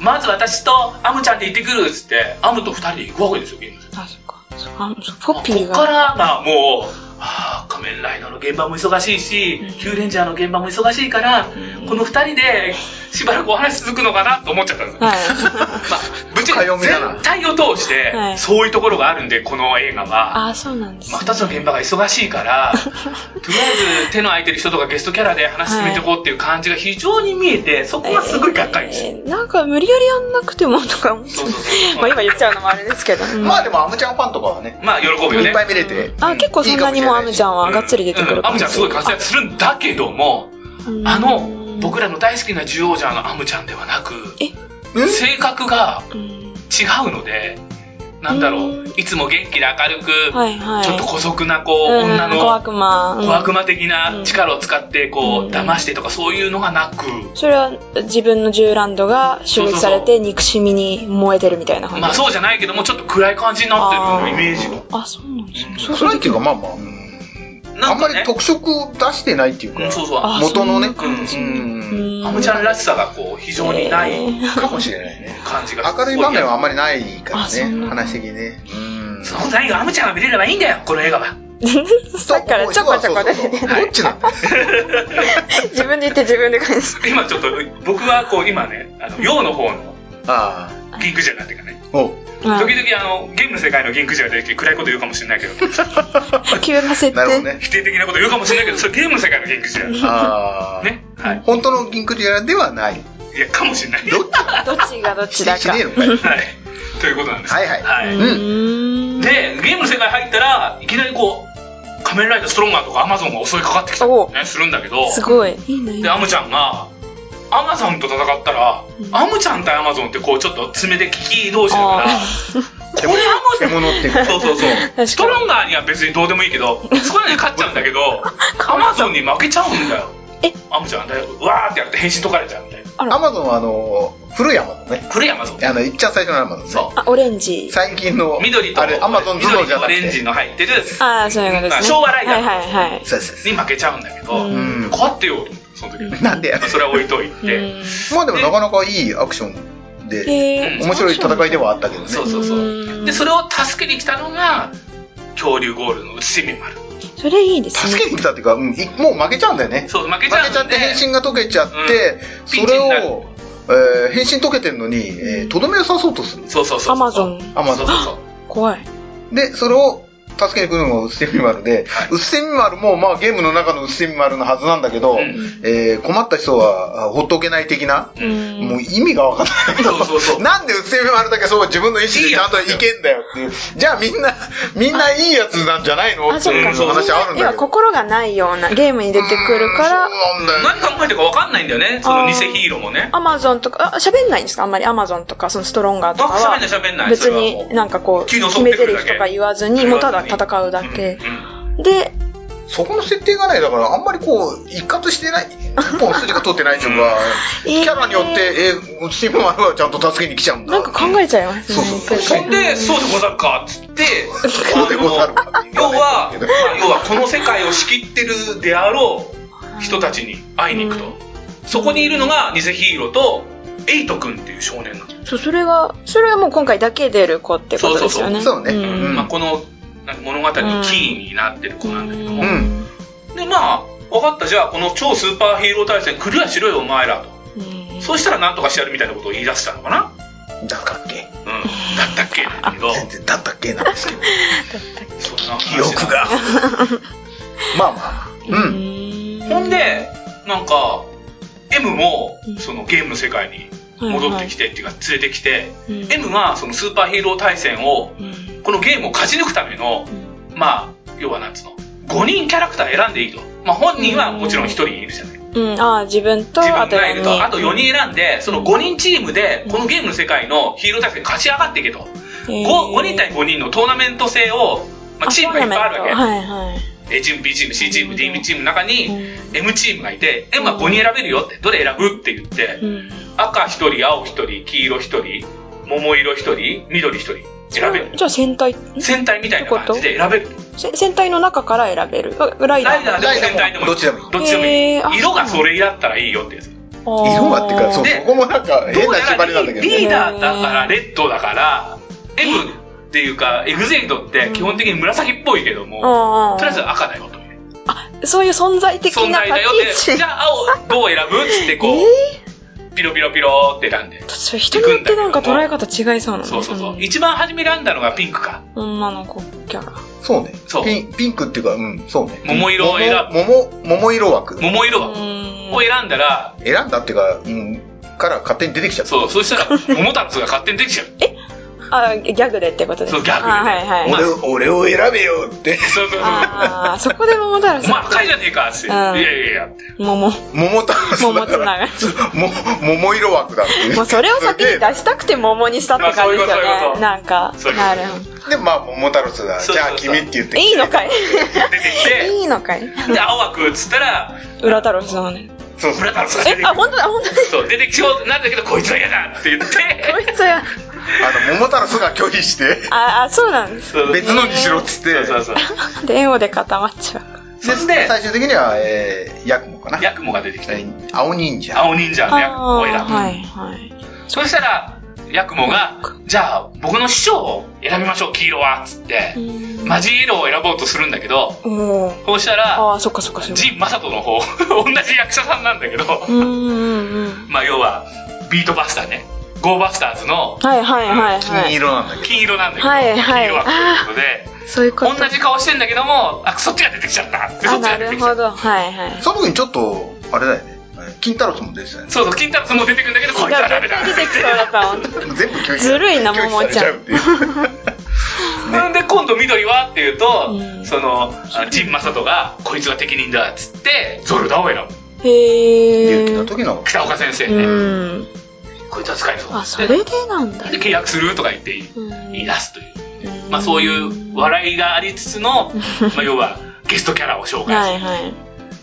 [SPEAKER 3] まず私とアムちゃんで行ってくるっつって、アムと二人で行くわけですよ、ゲームの世界に
[SPEAKER 1] あ、そっか。あ、そうポッピー
[SPEAKER 3] こっか
[SPEAKER 1] が。
[SPEAKER 3] ら、まあもう、あー仮面ライダーの現場も忙しいし、キューレンジャーの現場も忙しいから、この二人でしばらくお話続くのかなと思っちゃったんですよ。
[SPEAKER 1] はい
[SPEAKER 3] *laughs* まあ、
[SPEAKER 2] *laughs*
[SPEAKER 3] ぶっちゃ
[SPEAKER 2] 深
[SPEAKER 3] け
[SPEAKER 2] 読みだな
[SPEAKER 3] 全体を通して、
[SPEAKER 1] はい
[SPEAKER 3] そういうところがあるんで、この映画は。
[SPEAKER 1] あ、そうなんですね。
[SPEAKER 3] まあ、2つの現場が忙し
[SPEAKER 1] *laughs*
[SPEAKER 3] いから、とりあえず手の空いてる人とかゲストキャラで話進めていこうっていう感じが非常に見えて、そこがすごいがっかりです。
[SPEAKER 1] えーなんか無理やりやんなくてもとか思って
[SPEAKER 3] そうそうそ
[SPEAKER 1] *laughs*
[SPEAKER 3] う
[SPEAKER 1] まあ今言っちゃうのもあれですけど。うん
[SPEAKER 2] まあでもアムちゃんファンとかはね、
[SPEAKER 3] まあ、喜ぶよ
[SPEAKER 2] い
[SPEAKER 3] ね
[SPEAKER 2] っぱ。い見れて。
[SPEAKER 1] あ、結構そんなにもアムちゃ
[SPEAKER 2] ん。
[SPEAKER 1] んはがっつり出てく
[SPEAKER 3] う
[SPEAKER 1] る
[SPEAKER 3] んアムちゃんすごい活躍するんだけども、あの、僕
[SPEAKER 1] ら。
[SPEAKER 3] らの大好きな獣王者のアムちゃんではなく、
[SPEAKER 2] うん
[SPEAKER 3] 性格が
[SPEAKER 1] うん
[SPEAKER 3] 違うので、なんだろう、いつも元気で明るく、
[SPEAKER 1] はいはい。
[SPEAKER 3] ちょっと姑息な、こう、
[SPEAKER 1] うん
[SPEAKER 3] 女
[SPEAKER 1] 小
[SPEAKER 3] の
[SPEAKER 1] 悪魔。うん
[SPEAKER 3] 小悪魔的な力を使って、
[SPEAKER 1] う
[SPEAKER 3] こう、
[SPEAKER 1] ん
[SPEAKER 3] 騙してとかそういうのがなく、
[SPEAKER 1] それは自分の銃ランドが襲撃されて憎しみに燃えてるみたいな感じ。
[SPEAKER 3] まあそうじゃないけども、ちょっと暗い感じになってるイメージが。
[SPEAKER 1] あ、そうなんですね。
[SPEAKER 2] それっていうかまあまあ、うんあんまり特色を出してないっていう
[SPEAKER 3] う
[SPEAKER 2] か
[SPEAKER 3] ん、そうそう、
[SPEAKER 1] あ
[SPEAKER 2] 元のね、
[SPEAKER 1] そうなんですね
[SPEAKER 2] うん
[SPEAKER 3] アムちゃんらしさがこう、非常にない
[SPEAKER 2] かもしれないね。
[SPEAKER 3] 感じが。
[SPEAKER 2] 明るい場面はあんまりないから
[SPEAKER 1] あそん
[SPEAKER 2] ね、
[SPEAKER 1] な
[SPEAKER 2] 話的にね。うん
[SPEAKER 3] そこないよ、アムちゃんが見れればいいんだよ、この映画は。
[SPEAKER 1] さっきからちょこちょこで
[SPEAKER 2] そうそうそうどっちなんだよ
[SPEAKER 1] *laughs* 自分で言って自分で返す。
[SPEAKER 3] 今ちょっと、僕はこう、今ね、あの、陽の方の
[SPEAKER 2] あ
[SPEAKER 3] 銀クジャーなんていうかね、
[SPEAKER 2] あ。おう
[SPEAKER 1] は
[SPEAKER 3] 時
[SPEAKER 1] い
[SPEAKER 3] 々あの、ゲームの世界の銀クジャーが出てきて暗いこと言うかもしれないけど、
[SPEAKER 1] 急な設
[SPEAKER 2] なるほど
[SPEAKER 1] 定。
[SPEAKER 2] ね。
[SPEAKER 3] 否定的なこと言うかもしれないけど、それゲームの世界の銀クジャー。
[SPEAKER 2] ああ。
[SPEAKER 3] ね。はい。
[SPEAKER 2] 本当の銀クジラではない。
[SPEAKER 3] いや、かもしれない。
[SPEAKER 2] どっ
[SPEAKER 1] どっちがどっ *laughs*
[SPEAKER 2] ち
[SPEAKER 1] ちだ
[SPEAKER 2] し
[SPEAKER 1] か
[SPEAKER 2] ねえ。のかい。
[SPEAKER 3] はい。ということなんです。
[SPEAKER 2] はいはい
[SPEAKER 1] うんーん。
[SPEAKER 3] で、ゲームの世界入ったら、いきなりこう、仮面ライダーストロンガーとかアマゾンが襲いかかってきたり
[SPEAKER 1] お
[SPEAKER 3] ね、するんだけど、
[SPEAKER 1] すごい。いいね。
[SPEAKER 3] で、アムちゃんが、アマゾンと戦ったら、アムちゃん対アマゾンってこう、ちょっと爪で利き同士だから、これアマゾン
[SPEAKER 2] 獣っていうか。
[SPEAKER 3] そ
[SPEAKER 1] *laughs*
[SPEAKER 3] うそうそ
[SPEAKER 1] か
[SPEAKER 3] う。
[SPEAKER 1] に
[SPEAKER 3] ストロンガーには別にどうでもいいけど、そこらで勝っちゃうんだ
[SPEAKER 1] *laughs*
[SPEAKER 3] けど、アマゾンに負けちゃうんだよ。
[SPEAKER 1] え
[SPEAKER 3] アムちゃんだよ、うわーってやって変身解かれちゃうみたいな。
[SPEAKER 2] アマゾンはあの、古いアマゾンね。
[SPEAKER 3] 古いアマゾン。
[SPEAKER 2] あの、いっちゃん最初のアマゾンね。
[SPEAKER 3] そ
[SPEAKER 1] あ、オレンジ。
[SPEAKER 2] 最近の、
[SPEAKER 3] 緑と、
[SPEAKER 2] あれ、アマゾンズボン
[SPEAKER 3] 緑
[SPEAKER 2] じゃ
[SPEAKER 3] と
[SPEAKER 2] な
[SPEAKER 3] オ
[SPEAKER 2] く
[SPEAKER 3] レンジ
[SPEAKER 2] て。
[SPEAKER 3] の入ってる、
[SPEAKER 1] ああ、そういうことです
[SPEAKER 3] まあ
[SPEAKER 1] ね。
[SPEAKER 3] 昭和ライダー
[SPEAKER 1] はいはいはい。
[SPEAKER 2] そうそうそ
[SPEAKER 3] に負けちゃうんだけど、
[SPEAKER 1] う
[SPEAKER 2] う。うんん。
[SPEAKER 3] 勝ってよと思って、その時は。
[SPEAKER 2] なんでや
[SPEAKER 3] まあそれは置いといて。
[SPEAKER 1] う
[SPEAKER 2] まあでもなかなかいいアクション
[SPEAKER 1] ん
[SPEAKER 2] で、
[SPEAKER 1] へー
[SPEAKER 2] 面白い戦いではあったけどね。
[SPEAKER 3] そうそうそうう。
[SPEAKER 1] ん
[SPEAKER 3] で、それを助けに来たのが、恐竜ゴールの内海丸。
[SPEAKER 1] それいいですね。
[SPEAKER 2] 助けに来たっていうか、うん、いもう負けちゃうんだよね。
[SPEAKER 3] そう、負
[SPEAKER 2] 負
[SPEAKER 3] け
[SPEAKER 2] け
[SPEAKER 3] ちゃうん
[SPEAKER 2] ち
[SPEAKER 3] で。
[SPEAKER 2] ゃって変身が解けちゃって、
[SPEAKER 3] んピ
[SPEAKER 2] そ
[SPEAKER 3] ンチ
[SPEAKER 2] れ
[SPEAKER 3] になる
[SPEAKER 2] を、えー変身解けてんのに、えーとどめを刺そうとする。
[SPEAKER 3] そうそうそう。
[SPEAKER 1] アマゾン。
[SPEAKER 2] アマ
[SPEAKER 3] そ
[SPEAKER 2] ゾ
[SPEAKER 3] う
[SPEAKER 2] ン
[SPEAKER 3] そ
[SPEAKER 2] *laughs*
[SPEAKER 3] うそう。
[SPEAKER 1] 怖い。
[SPEAKER 2] で、それを助けに来るのがウツセミ丸で、
[SPEAKER 3] はい
[SPEAKER 2] ウツセミ丸も、まあゲームの中のウツセミ丸のはずなんだけど、
[SPEAKER 3] うん
[SPEAKER 2] えー困った人はあほっとけない的な、
[SPEAKER 1] うん
[SPEAKER 2] もう意味がわかんないけど、
[SPEAKER 3] そうそうそう
[SPEAKER 2] なんでウツセミ丸だけそう自分の意思でちゃんといけんだよっていう、じゃあみんな、みんないいやつなんじゃないの
[SPEAKER 1] あ、
[SPEAKER 2] って
[SPEAKER 1] そ
[SPEAKER 2] い
[SPEAKER 1] っ
[SPEAKER 2] う
[SPEAKER 1] か。
[SPEAKER 3] ん
[SPEAKER 2] 話あるんだ
[SPEAKER 1] 今
[SPEAKER 2] けど。
[SPEAKER 1] 心がないようなゲームに出てくるから
[SPEAKER 2] う、んそうなんだよ
[SPEAKER 3] 何考えてるか分かんないんだよね、その偽ヒーローもね。
[SPEAKER 1] アマゾンとか、あ、喋んないんですかあんまりアマゾンとか、そのストロンガーとか
[SPEAKER 3] あ
[SPEAKER 1] は。
[SPEAKER 3] 喋んない喋んない
[SPEAKER 1] 別
[SPEAKER 3] それはも
[SPEAKER 1] に
[SPEAKER 3] う
[SPEAKER 1] なんかこう、
[SPEAKER 3] 急に襲
[SPEAKER 1] 決
[SPEAKER 3] っ
[SPEAKER 1] め
[SPEAKER 3] てく
[SPEAKER 1] 台
[SPEAKER 3] る
[SPEAKER 1] 詞
[SPEAKER 3] だけ
[SPEAKER 1] とか言わずに、もうただ戦うだけ。
[SPEAKER 3] うんうん
[SPEAKER 1] で、
[SPEAKER 2] そこの設定がね、だからあんまりこう、一括してない、一本筋が通ってないというか、
[SPEAKER 1] うん
[SPEAKER 2] キャラによって、えー、チームマルはちゃんと助けに来ちゃうんだ。
[SPEAKER 1] なんか考えちゃいますね。
[SPEAKER 2] そうそう
[SPEAKER 1] 一
[SPEAKER 3] そ
[SPEAKER 1] 回
[SPEAKER 3] んで、そうでござるか、つって、
[SPEAKER 2] そうでござるかって
[SPEAKER 3] 要
[SPEAKER 2] 言わ
[SPEAKER 3] は、
[SPEAKER 2] ない
[SPEAKER 3] ま
[SPEAKER 2] けど
[SPEAKER 3] あ要はこの世界を仕切ってるであろう、人たちに会いに行くと、そこにいるのが偽ヒーローとエイト君っていう少年なんです、
[SPEAKER 1] そう、それが、それはもう今回だけ出る子ってことですよね。
[SPEAKER 2] そうそうそうそうねうん
[SPEAKER 3] まあ、このなんか物語のキーになってる子なんだけども、
[SPEAKER 2] うん
[SPEAKER 3] でまあ分かったじゃあこの超スーパーヒーロー対戦クリアしろよお前らと
[SPEAKER 1] うん
[SPEAKER 3] そうしたらなんとかしてやるみたいなことを言い出したのかな
[SPEAKER 2] だったっけ
[SPEAKER 3] うんだったっけなんだけど
[SPEAKER 2] 全然だったっけなんですけど、
[SPEAKER 3] そんな
[SPEAKER 2] *laughs*
[SPEAKER 3] 話
[SPEAKER 2] 記憶
[SPEAKER 3] *laughs*
[SPEAKER 2] が。まあまあ、うん。
[SPEAKER 3] ほん、でなんか M も
[SPEAKER 1] うん
[SPEAKER 3] そのゲームの世界に戻ってき
[SPEAKER 1] て、
[SPEAKER 3] てっていうか連れてきて、
[SPEAKER 1] うん
[SPEAKER 3] M がそのスーパーヒーロー対戦を
[SPEAKER 1] うん
[SPEAKER 3] このゲームを勝ち抜くためのまあ要はなんつうの5人キャラクター選んでいいと、まあ、本人はもちろん1人いるじゃない
[SPEAKER 1] うん、ああ、自分と、
[SPEAKER 3] 自分
[SPEAKER 1] あと
[SPEAKER 3] がい
[SPEAKER 1] 4
[SPEAKER 3] ると
[SPEAKER 1] 人。
[SPEAKER 3] あと4人選んでその5人チームでこのゲームの世界のヒーロー対戦勝ち上がっていけと 5, 5人対5人のトーナメント制を、まあ、チームがいっぱいあるわけ、
[SPEAKER 1] はいはい。
[SPEAKER 3] A チーム B チーム C チーム D チームの中に、
[SPEAKER 1] う
[SPEAKER 3] M チームがいて M は5人選べるよってどれ選ぶって言って、
[SPEAKER 1] ん
[SPEAKER 3] 赤1人青1人黄色1人桃色1人緑1人選べる
[SPEAKER 1] じゃあ戦隊、ん
[SPEAKER 3] 戦隊みたいな感じで選べる
[SPEAKER 1] せ戦隊の中から選べる。あライダー。
[SPEAKER 3] ライダーでも戦隊でも
[SPEAKER 2] どっちでもいい
[SPEAKER 3] どっちでもい
[SPEAKER 1] へーあ
[SPEAKER 3] い色がそれだったらいいよってやつ
[SPEAKER 1] あー
[SPEAKER 2] 色がっていうか、そう、
[SPEAKER 3] で
[SPEAKER 2] そこもなんか変
[SPEAKER 3] どう
[SPEAKER 2] な
[SPEAKER 3] や
[SPEAKER 2] 縛
[SPEAKER 3] ら
[SPEAKER 2] りなんだけど
[SPEAKER 3] リ
[SPEAKER 2] ね。
[SPEAKER 3] ーダーだからレッドだから M っていうかエグゼイトって基本的に紫っぽいけども、
[SPEAKER 1] あー
[SPEAKER 3] とりあえず赤だよという
[SPEAKER 1] そういう存在的
[SPEAKER 3] 存
[SPEAKER 1] な
[SPEAKER 3] 在
[SPEAKER 1] 立
[SPEAKER 3] だよ
[SPEAKER 1] ち位
[SPEAKER 3] って
[SPEAKER 1] 置
[SPEAKER 3] じ。ゃあ青どう選ぶっつってこう、ピロピロピロって選んで
[SPEAKER 1] それ人によってなんか捉え方違いそうなの
[SPEAKER 3] そうそうそう、一番初め選んだのがピンクか
[SPEAKER 1] 女の子キャラ。
[SPEAKER 2] そうね
[SPEAKER 3] そう
[SPEAKER 2] ピン。ピンクっていうか、うん、そうね。
[SPEAKER 3] 桃色を選ぶ
[SPEAKER 2] 桃、桃桃色枠。
[SPEAKER 3] 桃色が、
[SPEAKER 1] うん
[SPEAKER 3] を選んだら
[SPEAKER 2] 選んだっていうか、うん、から勝手に出てきちゃった。
[SPEAKER 3] そうそしたら桃太郎が勝手にできちゃう
[SPEAKER 1] あ、ギャグでってことです
[SPEAKER 3] そうギャグで
[SPEAKER 1] あはいはい。
[SPEAKER 3] まあ
[SPEAKER 2] 俺を、俺を選べよ
[SPEAKER 3] *laughs*
[SPEAKER 2] って。
[SPEAKER 3] そうそうそう
[SPEAKER 1] ああ、そこで桃太郎
[SPEAKER 3] お前
[SPEAKER 1] さ
[SPEAKER 3] 赤いじゃねえかっつって、
[SPEAKER 1] うん
[SPEAKER 3] いやいやいやって
[SPEAKER 1] ん、桃、
[SPEAKER 2] 桃太郎
[SPEAKER 1] 桃つながり。
[SPEAKER 2] *laughs* も桃色枠だっていう。
[SPEAKER 1] もうそれを先に出したくて桃にしたって感じです
[SPEAKER 3] そういうことそういう
[SPEAKER 1] よ
[SPEAKER 3] こと
[SPEAKER 1] ね。なんか
[SPEAKER 3] そう、いうこと
[SPEAKER 1] なるほど。
[SPEAKER 2] すげえで、まあ、桃太郎だ。
[SPEAKER 3] そうそうそう
[SPEAKER 2] じゃあ、君って言って。
[SPEAKER 1] いいのかい
[SPEAKER 3] 出てきて
[SPEAKER 1] いいのかい
[SPEAKER 3] で青枠っつったら
[SPEAKER 1] 裏太郎さんはね。
[SPEAKER 2] そうそう
[SPEAKER 3] 村太郎が出
[SPEAKER 1] え、
[SPEAKER 3] てき
[SPEAKER 1] あ、
[SPEAKER 3] て
[SPEAKER 1] 本当だ、本当だ。
[SPEAKER 3] そう出てきそうなんだけどこいつは嫌だって言って
[SPEAKER 1] こいつは、
[SPEAKER 2] あの、桃太郎が拒否して、
[SPEAKER 1] あ、あ、そうなんです。
[SPEAKER 3] そう
[SPEAKER 2] 別のにしろっつって。
[SPEAKER 3] そうそうそう
[SPEAKER 1] で、エオで固まっちゃう。
[SPEAKER 3] そして
[SPEAKER 2] 最終的には、えー、ヤクモかな。
[SPEAKER 3] ヤクモが出てきた
[SPEAKER 2] えー青忍者。
[SPEAKER 3] 青忍者のヤクモを選ぶ、
[SPEAKER 1] ーはい、はい。
[SPEAKER 3] そしたらヤクモがじゃあ僕の師匠を選びましょう黄色はっつってマジ色を選ぼうとするんだけど
[SPEAKER 1] おー
[SPEAKER 3] そうしたら
[SPEAKER 1] ああ、そっかそっかそっか。
[SPEAKER 3] ジン・マサトの方 *laughs* 同じ役者さんなんだけど
[SPEAKER 1] うんうんうん。
[SPEAKER 3] まあ要はビートバスターねゴーバスターズの
[SPEAKER 1] はいはいはいは
[SPEAKER 2] 金
[SPEAKER 1] い。
[SPEAKER 2] 色なんだけど。
[SPEAKER 3] 金色なんだけど、
[SPEAKER 1] はいはい
[SPEAKER 3] 黄色はということで
[SPEAKER 1] そういうこと。
[SPEAKER 3] 同じ顔してんだけどもあそっちが出てきちゃったって *laughs* そ
[SPEAKER 1] あ、
[SPEAKER 3] っちが
[SPEAKER 1] な
[SPEAKER 3] 出て
[SPEAKER 1] る
[SPEAKER 3] きちゃ
[SPEAKER 1] ほ
[SPEAKER 3] った
[SPEAKER 1] ど。はいはい。
[SPEAKER 2] その時にちょっと、あれだよね。金太郎も出てたよね。
[SPEAKER 3] そうそう金太郎さんも出てくるんだけどこいつはダメだ
[SPEAKER 1] 出てきそうだったもん。
[SPEAKER 2] 全部拒否
[SPEAKER 1] ずるいな
[SPEAKER 2] 拒否されうっていう
[SPEAKER 3] なんで今度緑はっていうと、
[SPEAKER 1] うん
[SPEAKER 3] そのあ陣正人がこいつが適任だっつってゾルダを選ぶ
[SPEAKER 1] へ
[SPEAKER 2] 勇気の
[SPEAKER 1] え。
[SPEAKER 2] 時の。
[SPEAKER 3] 北岡先生ね、
[SPEAKER 1] うん。
[SPEAKER 3] こいつは使えそう
[SPEAKER 1] あ、それでなんだ。
[SPEAKER 3] で契約するとか言って
[SPEAKER 1] うん
[SPEAKER 3] 言い出すという、まあ、そういう笑いがありつ
[SPEAKER 1] *laughs*
[SPEAKER 3] つの、まあ、要はゲストキャラを紹介す
[SPEAKER 1] は
[SPEAKER 3] る
[SPEAKER 1] いはい。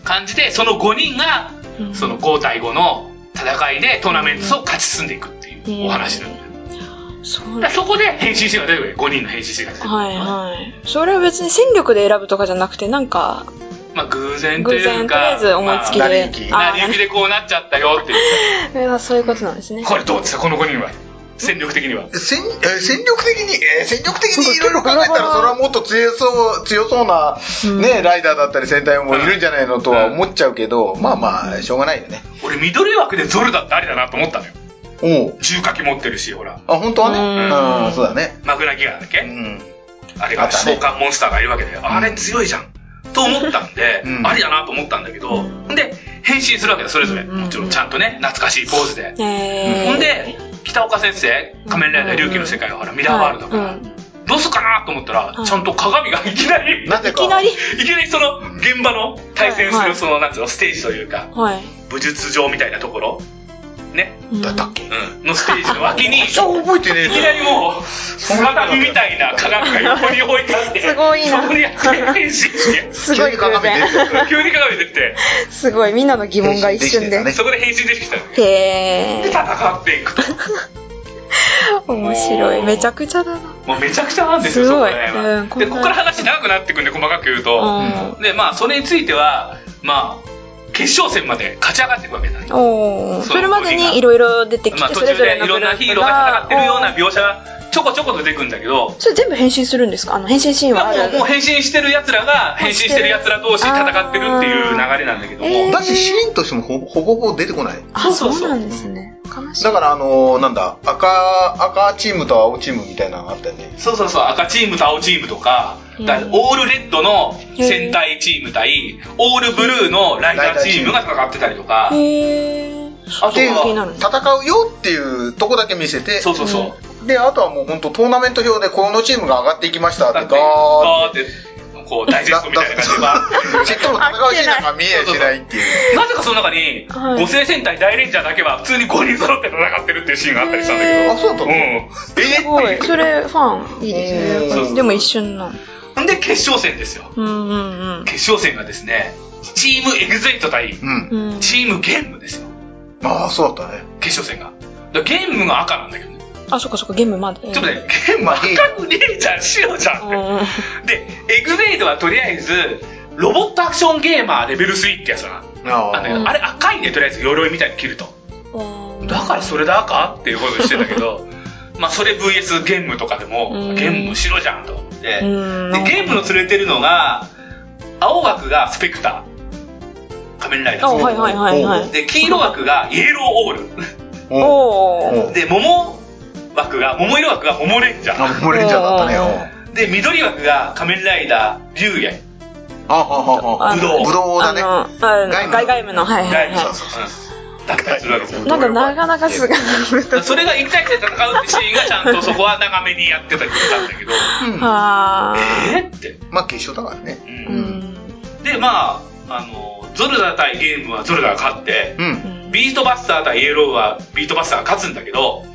[SPEAKER 3] 感じでその5人が
[SPEAKER 1] うん
[SPEAKER 3] その5対5の戦いでトーナメントを勝ち進んでいくっていうお話なんだよ、
[SPEAKER 1] そう
[SPEAKER 3] だから
[SPEAKER 1] だ。
[SPEAKER 3] そこで変身士が出てくる5人の変身士が出てくる、
[SPEAKER 1] はいはい。それは別に戦力で選ぶとかじゃなくて、なんか、
[SPEAKER 3] まあ、偶然と
[SPEAKER 1] 偶
[SPEAKER 3] いう
[SPEAKER 1] 然とり
[SPEAKER 3] か
[SPEAKER 1] あえず思いつき
[SPEAKER 2] まあ成り
[SPEAKER 1] で
[SPEAKER 2] 行。き
[SPEAKER 3] まあ成り行きでこうなっちゃったよっていう
[SPEAKER 1] あ、そういうことなんです *laughs* ね。
[SPEAKER 3] これどうですかこの5人は戦力的には
[SPEAKER 2] 戦えー戦力的に、えー戦力的にいろいろ考えたら、それはもっと強そう、強そうな、
[SPEAKER 1] うん
[SPEAKER 2] ね、ライダーだったり戦隊もいるんじゃないのとは思っちゃうけど、まあまあ、しょうがないよね。
[SPEAKER 3] 俺緑枠でゾルダってありだなと思ったのよ
[SPEAKER 2] おう。
[SPEAKER 3] 重火器持ってるしほら
[SPEAKER 2] あ、本当はね。
[SPEAKER 1] うん
[SPEAKER 2] うん、そうだね。
[SPEAKER 3] マグナギガだっ
[SPEAKER 2] う
[SPEAKER 3] け、
[SPEAKER 2] ん。
[SPEAKER 3] あれが
[SPEAKER 2] あったね
[SPEAKER 3] 召喚モンスターがいるわけで、あれ強いじゃんと思ったんで、
[SPEAKER 2] うん
[SPEAKER 3] ありだなと思ったんだけど、
[SPEAKER 1] うん
[SPEAKER 3] で変身するわけだそれぞれ、
[SPEAKER 1] うん
[SPEAKER 3] もちろんちゃんとね懐かしいポーズで、
[SPEAKER 1] えー。
[SPEAKER 3] ほんで北岡先生仮面ライダー龍騎の世界はほらミラーワールドだから、
[SPEAKER 1] はいうん
[SPEAKER 3] どうするかなと思ったら、
[SPEAKER 1] うん
[SPEAKER 3] ちゃんと鏡がいきなり、
[SPEAKER 2] なぜ
[SPEAKER 1] いきな
[SPEAKER 2] か
[SPEAKER 1] り、。
[SPEAKER 3] いきなりその現場の対戦す
[SPEAKER 1] はいは
[SPEAKER 3] る
[SPEAKER 1] い
[SPEAKER 3] そのなんつうのステージというか
[SPEAKER 1] はい。
[SPEAKER 3] 武術場みたいなところね、
[SPEAKER 2] だったっけ
[SPEAKER 3] うん、のステージの
[SPEAKER 1] *laughs*
[SPEAKER 3] 脇にいき
[SPEAKER 2] じゃあ覚えてねえ
[SPEAKER 3] なりもう鏡みたいな鏡が横に置いてあって
[SPEAKER 1] すごいな
[SPEAKER 3] そこにやって変身して
[SPEAKER 1] す
[SPEAKER 2] 急
[SPEAKER 1] ごい
[SPEAKER 2] に
[SPEAKER 1] 偶
[SPEAKER 2] 鏡出て
[SPEAKER 1] 然。
[SPEAKER 2] くる。
[SPEAKER 3] 急に鏡出てきて
[SPEAKER 1] すごい、みんなの疑問が一瞬
[SPEAKER 2] 変身で
[SPEAKER 1] で。
[SPEAKER 2] き
[SPEAKER 3] そこで変身できたので
[SPEAKER 1] へー。
[SPEAKER 3] 戦っていくと
[SPEAKER 1] 面白い。めちゃくちゃだな。
[SPEAKER 3] もうめちゃくちゃなんですよ
[SPEAKER 1] すごい
[SPEAKER 3] そこら辺は
[SPEAKER 1] うんこん
[SPEAKER 3] で
[SPEAKER 1] な
[SPEAKER 3] ここから話長くなってくんで細かく言うと、
[SPEAKER 1] うん
[SPEAKER 3] でまあそれについてはまあ決勝戦まで勝ち上がっていくわけだね。
[SPEAKER 1] おー
[SPEAKER 3] そう
[SPEAKER 1] それまでにいろいろ出てき
[SPEAKER 3] まあ
[SPEAKER 1] て、
[SPEAKER 3] 途
[SPEAKER 1] それ
[SPEAKER 3] 中
[SPEAKER 1] ぞれ
[SPEAKER 3] で
[SPEAKER 1] の
[SPEAKER 3] いろんなヒーローが戦ってるような描写がちょこちょこと出てくるんだけど、
[SPEAKER 1] それ全部変身するんですかあの変身シーンはあ
[SPEAKER 3] もう
[SPEAKER 1] る
[SPEAKER 3] もう変身してる奴らが、変身してる奴ら同士戦ってるっていう流れなんだけども、
[SPEAKER 1] えー
[SPEAKER 2] だし、シーンとしてもほほぼほぼ出てこない。
[SPEAKER 1] あ、
[SPEAKER 3] そ
[SPEAKER 1] そうう
[SPEAKER 3] そう
[SPEAKER 1] なんですね。悲しい。
[SPEAKER 2] だから、あのーなんだ、赤、赤チームと青チームみたいなのがあったよね。
[SPEAKER 3] そうそうそう、赤チームと青チームとか、だから
[SPEAKER 1] うん
[SPEAKER 3] オールレッドの戦隊チーム対、オールブルーのライダーチームが戦ってたりとか、
[SPEAKER 1] へー。
[SPEAKER 3] あと
[SPEAKER 2] ていう
[SPEAKER 1] 気にな
[SPEAKER 3] は、
[SPEAKER 1] るね。
[SPEAKER 2] 戦うよっていうとこだけ見せて、
[SPEAKER 3] そうそうそう、
[SPEAKER 2] で、あとはもう本当トーナメント表でこのチームが上がっていきましたって、
[SPEAKER 3] だ
[SPEAKER 2] ガ
[SPEAKER 3] って、
[SPEAKER 2] ー
[SPEAKER 3] ガー
[SPEAKER 2] っ。
[SPEAKER 3] ってて、こう、ダイジェストみたいな感じでバー *laughs* って
[SPEAKER 2] *laughs* ちっとも戦うシーンなんか見えやしないっていう。
[SPEAKER 3] なぜかその中に、
[SPEAKER 1] はい
[SPEAKER 3] 五星戦隊大レンジャーだけは普通に5人揃って戦ってるっていうシーンがあったりしたんだけ
[SPEAKER 1] へ
[SPEAKER 3] ど。
[SPEAKER 1] ー
[SPEAKER 2] あ、そうだった
[SPEAKER 3] うん。
[SPEAKER 2] の
[SPEAKER 3] え
[SPEAKER 1] すごい。それ、ファン。いいで
[SPEAKER 2] そ
[SPEAKER 1] す
[SPEAKER 2] うそ
[SPEAKER 1] ね。
[SPEAKER 2] う
[SPEAKER 1] でも一瞬の。
[SPEAKER 3] ーんで決勝戦ですよ。
[SPEAKER 1] うんうん
[SPEAKER 3] 決勝戦がですね、チームエグゼイト対
[SPEAKER 2] うん。
[SPEAKER 1] うん。うん
[SPEAKER 3] チームゲームですよ。
[SPEAKER 2] ああ、そうだったね。
[SPEAKER 3] 決勝戦が。だからゲームが赤なんだけどね。
[SPEAKER 1] あ、そっかそっか、ゲームまで。
[SPEAKER 3] ちょっとね、ゲームは赤くねえじゃん、白じゃ。
[SPEAKER 1] うんんうん。
[SPEAKER 3] で、エグゼイトはとりあえず、ロボットアクションゲーマーレベル3ってやつが
[SPEAKER 2] あ
[SPEAKER 3] あんだけど、
[SPEAKER 1] うん
[SPEAKER 3] あれ赤いね、とりあえず鎧みたいに着ると。だからそれだかっていうことしてたけ
[SPEAKER 1] *laughs*
[SPEAKER 3] ど、まあそれ VS ゲームとかでも
[SPEAKER 1] うん、
[SPEAKER 3] ゲーム白じゃんと思って、
[SPEAKER 1] う
[SPEAKER 3] で
[SPEAKER 1] ん。
[SPEAKER 3] ゲームの連れてるのが、青枠がスペクター、仮面ライダ
[SPEAKER 1] あ、
[SPEAKER 3] ー
[SPEAKER 1] はいはいはいはい。
[SPEAKER 3] で、黄色枠がイエローオー
[SPEAKER 2] おお
[SPEAKER 1] おー。
[SPEAKER 3] ル、で、桃枠が、桃色枠が桃レンジャ
[SPEAKER 2] あ、
[SPEAKER 3] ー、
[SPEAKER 2] モレンジャーだったね。
[SPEAKER 1] おー
[SPEAKER 2] うん
[SPEAKER 3] で、緑枠が仮面ライダー、竜也、
[SPEAKER 2] あははは。
[SPEAKER 1] あの
[SPEAKER 3] ぶどう
[SPEAKER 2] ぶどうだね。
[SPEAKER 1] あの、
[SPEAKER 2] 外
[SPEAKER 1] 外外
[SPEAKER 2] 務
[SPEAKER 1] 務の、はいはい
[SPEAKER 3] 大
[SPEAKER 1] は
[SPEAKER 3] 悟
[SPEAKER 1] い。
[SPEAKER 3] さんうんだったりするわけですよ。
[SPEAKER 1] なんかなかなかすごい。
[SPEAKER 3] だからそれが1対1で戦うってシーンがちゃんとそこは長めにやってたりしたんだ
[SPEAKER 1] *laughs*
[SPEAKER 3] けど、
[SPEAKER 2] うん
[SPEAKER 1] は
[SPEAKER 3] えーって。
[SPEAKER 2] まあ、決勝だからね。
[SPEAKER 3] う
[SPEAKER 1] ー。うんん。
[SPEAKER 3] でまああのゾルダ対ゲームはゾルダが勝って
[SPEAKER 2] うん。
[SPEAKER 3] ビートバスター対イエローはビートバスターが勝つんだけど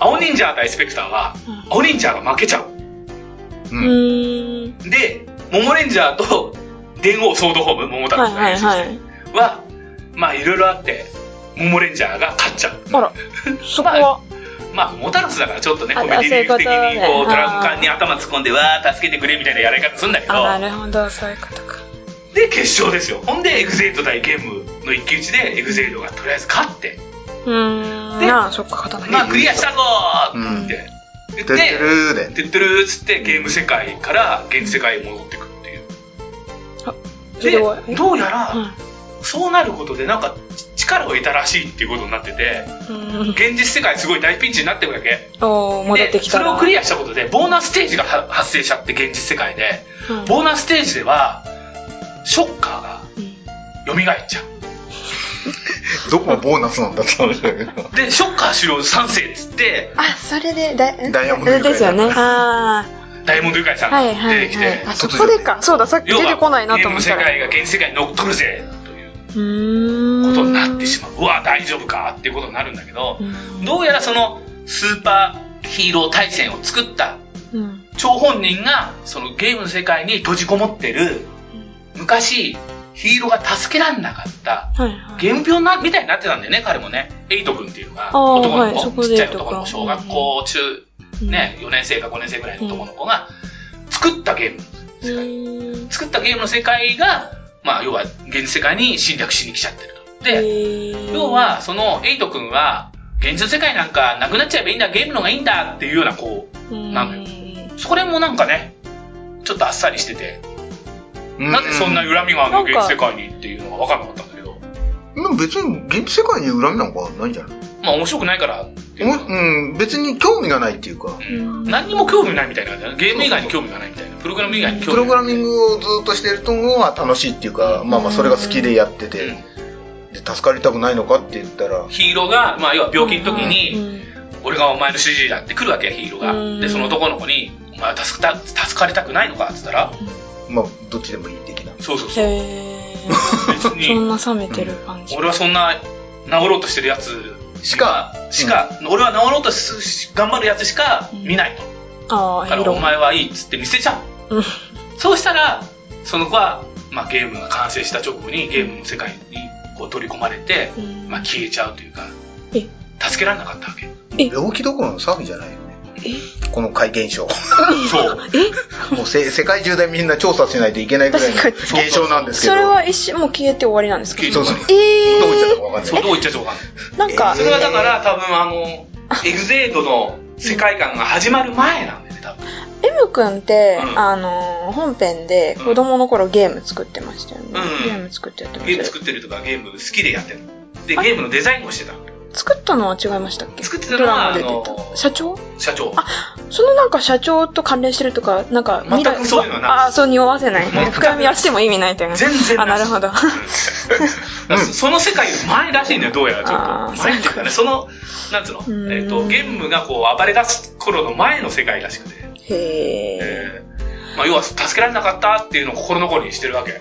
[SPEAKER 3] 青忍者対スペクターは青忍者が負けちゃう
[SPEAKER 2] う。
[SPEAKER 1] うんーん。
[SPEAKER 3] でモモレンジャーと電王ソードホーム桃太郎
[SPEAKER 1] は
[SPEAKER 3] さ
[SPEAKER 1] い
[SPEAKER 3] ん
[SPEAKER 1] はいはい。
[SPEAKER 3] はまあいろいろあってモモレンジャーが勝っちゃう
[SPEAKER 1] あら、そこは。
[SPEAKER 3] まあモタロスだからちょっとね
[SPEAKER 1] あ
[SPEAKER 3] コメディリーフ的
[SPEAKER 1] そういう
[SPEAKER 3] に
[SPEAKER 1] ことね
[SPEAKER 3] こうドラム缶に頭突っ込んでわー助けてくれみたいなやり方するんだけど
[SPEAKER 1] あ、なるほど、そういうことか。
[SPEAKER 3] で決勝ですよほんでエグゼイト対ゲームの一騎打ちでエグゼイトがとりあえず勝って
[SPEAKER 1] うー
[SPEAKER 3] で
[SPEAKER 1] ん。ああ、そっか、勝たない。
[SPEAKER 3] まあクリアしたぞ
[SPEAKER 2] う
[SPEAKER 3] ー
[SPEAKER 2] ん
[SPEAKER 3] って言っ
[SPEAKER 2] て
[SPEAKER 3] て
[SPEAKER 2] ってる
[SPEAKER 3] 「
[SPEAKER 2] ーで。
[SPEAKER 3] てってる」っつってゲーム世界から現実世界に戻ってくっていう
[SPEAKER 1] それで終わ
[SPEAKER 3] で
[SPEAKER 1] り
[SPEAKER 3] どうや
[SPEAKER 1] う
[SPEAKER 3] らそうなることでなんか力を得たらしいっていうことになってて
[SPEAKER 1] んうん。
[SPEAKER 3] 現実世界すごい大ピンチになってるわけ
[SPEAKER 1] おー、戻ってきた
[SPEAKER 3] で
[SPEAKER 1] ら。
[SPEAKER 3] それをクリアしたことでボーナスステージがは発生しちゃって現実世界で
[SPEAKER 1] うん
[SPEAKER 3] ボーナスステージではショッカーが
[SPEAKER 1] うん
[SPEAKER 3] 蘇っちゃ
[SPEAKER 2] どこもボーナスなんだって話だけど。
[SPEAKER 3] うでショッカー狩猟3世っつって
[SPEAKER 1] あ、それで、だ、え
[SPEAKER 2] ダイヤモンドユカイ
[SPEAKER 1] ですよね。あ
[SPEAKER 3] ダイヤモンドユカイさ
[SPEAKER 1] あ。
[SPEAKER 3] んが
[SPEAKER 1] はい
[SPEAKER 3] 出
[SPEAKER 1] はい
[SPEAKER 3] てき
[SPEAKER 1] は
[SPEAKER 3] て
[SPEAKER 1] い。あ、そこでか。そうだ、さっき
[SPEAKER 3] 要
[SPEAKER 1] 出
[SPEAKER 3] は
[SPEAKER 1] てこないなと思っ
[SPEAKER 3] ゲー
[SPEAKER 1] た
[SPEAKER 3] ム世
[SPEAKER 1] ら。
[SPEAKER 3] 界が現実世界に乗っ取るぜという
[SPEAKER 1] うーん。
[SPEAKER 3] ことになってし
[SPEAKER 1] ま
[SPEAKER 3] まううわ大丈夫かっていうことになるんだけど
[SPEAKER 1] うん
[SPEAKER 3] どうやらそのスーパーヒーロー対戦を作った
[SPEAKER 1] う。うん。
[SPEAKER 3] 張本人がそのゲームの世界に閉じこもってる昔ヒーローが助けられなかった
[SPEAKER 1] はいはい。
[SPEAKER 3] ゲーム病なみたいになってたんだよね彼もねエイト君っていうのが
[SPEAKER 1] あー
[SPEAKER 3] 男
[SPEAKER 1] はい
[SPEAKER 3] の
[SPEAKER 1] そ
[SPEAKER 3] 子
[SPEAKER 1] こ
[SPEAKER 3] ち
[SPEAKER 1] で
[SPEAKER 3] っちゃい男の子
[SPEAKER 1] エイト君
[SPEAKER 3] 小学校中
[SPEAKER 1] うん
[SPEAKER 3] ね4年生か5年生ぐらいの男の子が作ったゲームの世界
[SPEAKER 1] うん
[SPEAKER 3] 作ったゲームの世界が、まあ、要は現実世界に侵略しに来ちゃってると。で、要は、、その、エイト君は、現実世界なんかなくなっちゃえばいいんだ、ゲームのがいいんだっていうような、こなのよ
[SPEAKER 1] よ。
[SPEAKER 3] う、それもなんかね、ちょっとあっさりしてて、なぜそんな
[SPEAKER 2] う
[SPEAKER 3] 恨みがある
[SPEAKER 1] な
[SPEAKER 3] の、
[SPEAKER 1] ん
[SPEAKER 3] 現
[SPEAKER 1] か
[SPEAKER 3] 実世界にっていうのが分からなかったんだけど、
[SPEAKER 2] でも別に現実世界に恨みなんかないんじゃない
[SPEAKER 3] まあ面白くないからっていう
[SPEAKER 2] お
[SPEAKER 3] か、
[SPEAKER 2] うん、別に興味がないっていうか。
[SPEAKER 3] うん何にも興味ないみたいな感じだね、ゲーム以外に興味がないみたいな、プログラム以外に興
[SPEAKER 2] プ
[SPEAKER 3] 味
[SPEAKER 2] ログ
[SPEAKER 3] が
[SPEAKER 2] ラ
[SPEAKER 3] ない。
[SPEAKER 2] ミングをずっとしてるとのは楽しいっていうか、まあまあそれが好きでやってて、で助かりたくないのかって言ったら、
[SPEAKER 3] ヒーローが、まあ、要は病気の時に、
[SPEAKER 1] うん
[SPEAKER 3] 俺がお前の主治医だって来るわけヒーロ
[SPEAKER 1] う
[SPEAKER 3] ーが
[SPEAKER 1] ん
[SPEAKER 3] でその男の子に「お前は助か助かりたくないのか?」っつったら
[SPEAKER 2] まあどっちでもいい的な。
[SPEAKER 3] 「そうそうそう
[SPEAKER 1] へ
[SPEAKER 3] 別
[SPEAKER 1] ー *laughs* そん
[SPEAKER 3] に
[SPEAKER 1] な冷めてる感じ。
[SPEAKER 3] 俺はそんな治ろうとしてるやつ
[SPEAKER 2] しか、
[SPEAKER 3] しか、俺は治ろうとすし頑張るやつしか見ないと、
[SPEAKER 1] ああ、
[SPEAKER 3] だか
[SPEAKER 1] ヒー
[SPEAKER 3] ら
[SPEAKER 1] ロ
[SPEAKER 3] お
[SPEAKER 1] ー。
[SPEAKER 3] 前はいい」っつって見せちゃう、
[SPEAKER 1] うん
[SPEAKER 3] そうしたらその子は、まあ、ゲームが完成した直後にゲームの世界にこう取り込まれて、
[SPEAKER 1] うん
[SPEAKER 3] まあ、消えちゃうというか
[SPEAKER 1] え
[SPEAKER 3] 助けられなかったわけ
[SPEAKER 1] え
[SPEAKER 2] 病気どころの騒ぎじゃないよね。この怪現象。 *laughs*
[SPEAKER 3] そう。
[SPEAKER 2] もうせ世界中でみんな調査しないといけないぐらいの
[SPEAKER 1] 確か
[SPEAKER 3] に
[SPEAKER 2] 現象なんですけど。
[SPEAKER 1] それは一瞬もう消えて終わりなんですか
[SPEAKER 3] 消え
[SPEAKER 2] そうそう。
[SPEAKER 1] え
[SPEAKER 2] どこ行っちゃった
[SPEAKER 1] ー、
[SPEAKER 2] かわかんない
[SPEAKER 3] そう、どう言っちゃうかわかんない。
[SPEAKER 1] なんか
[SPEAKER 3] そ、れはだから多分あの、エグゼイドの世界観が始まる前なんだよね、多分。
[SPEAKER 1] M くんって、
[SPEAKER 3] うん
[SPEAKER 1] あのー本編で子供の頃ゲーム作ってましたよね。
[SPEAKER 3] うん
[SPEAKER 1] ゲーム作ってやってま
[SPEAKER 3] ゲー
[SPEAKER 1] し
[SPEAKER 3] ム
[SPEAKER 1] たよ
[SPEAKER 3] 作ってるとかゲーム好きでやってるの。で、ゲームのデザインをしてた。
[SPEAKER 1] 作ったのは違いましたっけ
[SPEAKER 3] 作ってた
[SPEAKER 1] ド
[SPEAKER 3] の
[SPEAKER 1] ラ
[SPEAKER 3] は
[SPEAKER 1] マで出
[SPEAKER 3] あの
[SPEAKER 1] てた。社長
[SPEAKER 3] 社長。
[SPEAKER 1] そのなんか社長と関連してるとか、なんか
[SPEAKER 3] 全くそういうのはない
[SPEAKER 1] ああー、そう匂わせない。
[SPEAKER 3] 全く
[SPEAKER 1] 深読みはしても意味ないというね。
[SPEAKER 3] 全然
[SPEAKER 1] あ、なるほど。
[SPEAKER 3] うんそその世界より前らしいんだよ、どうやらちょ
[SPEAKER 1] あ
[SPEAKER 3] っ
[SPEAKER 1] ー
[SPEAKER 3] と。前っていうかね、その、なんつうの
[SPEAKER 1] ーん
[SPEAKER 3] えっ、と、ゲームがこう暴れ出す頃の前の世界らしくて。
[SPEAKER 1] へえ。
[SPEAKER 3] えーまあ、要は助けられなかったっていうのを心残りにしてるわけ。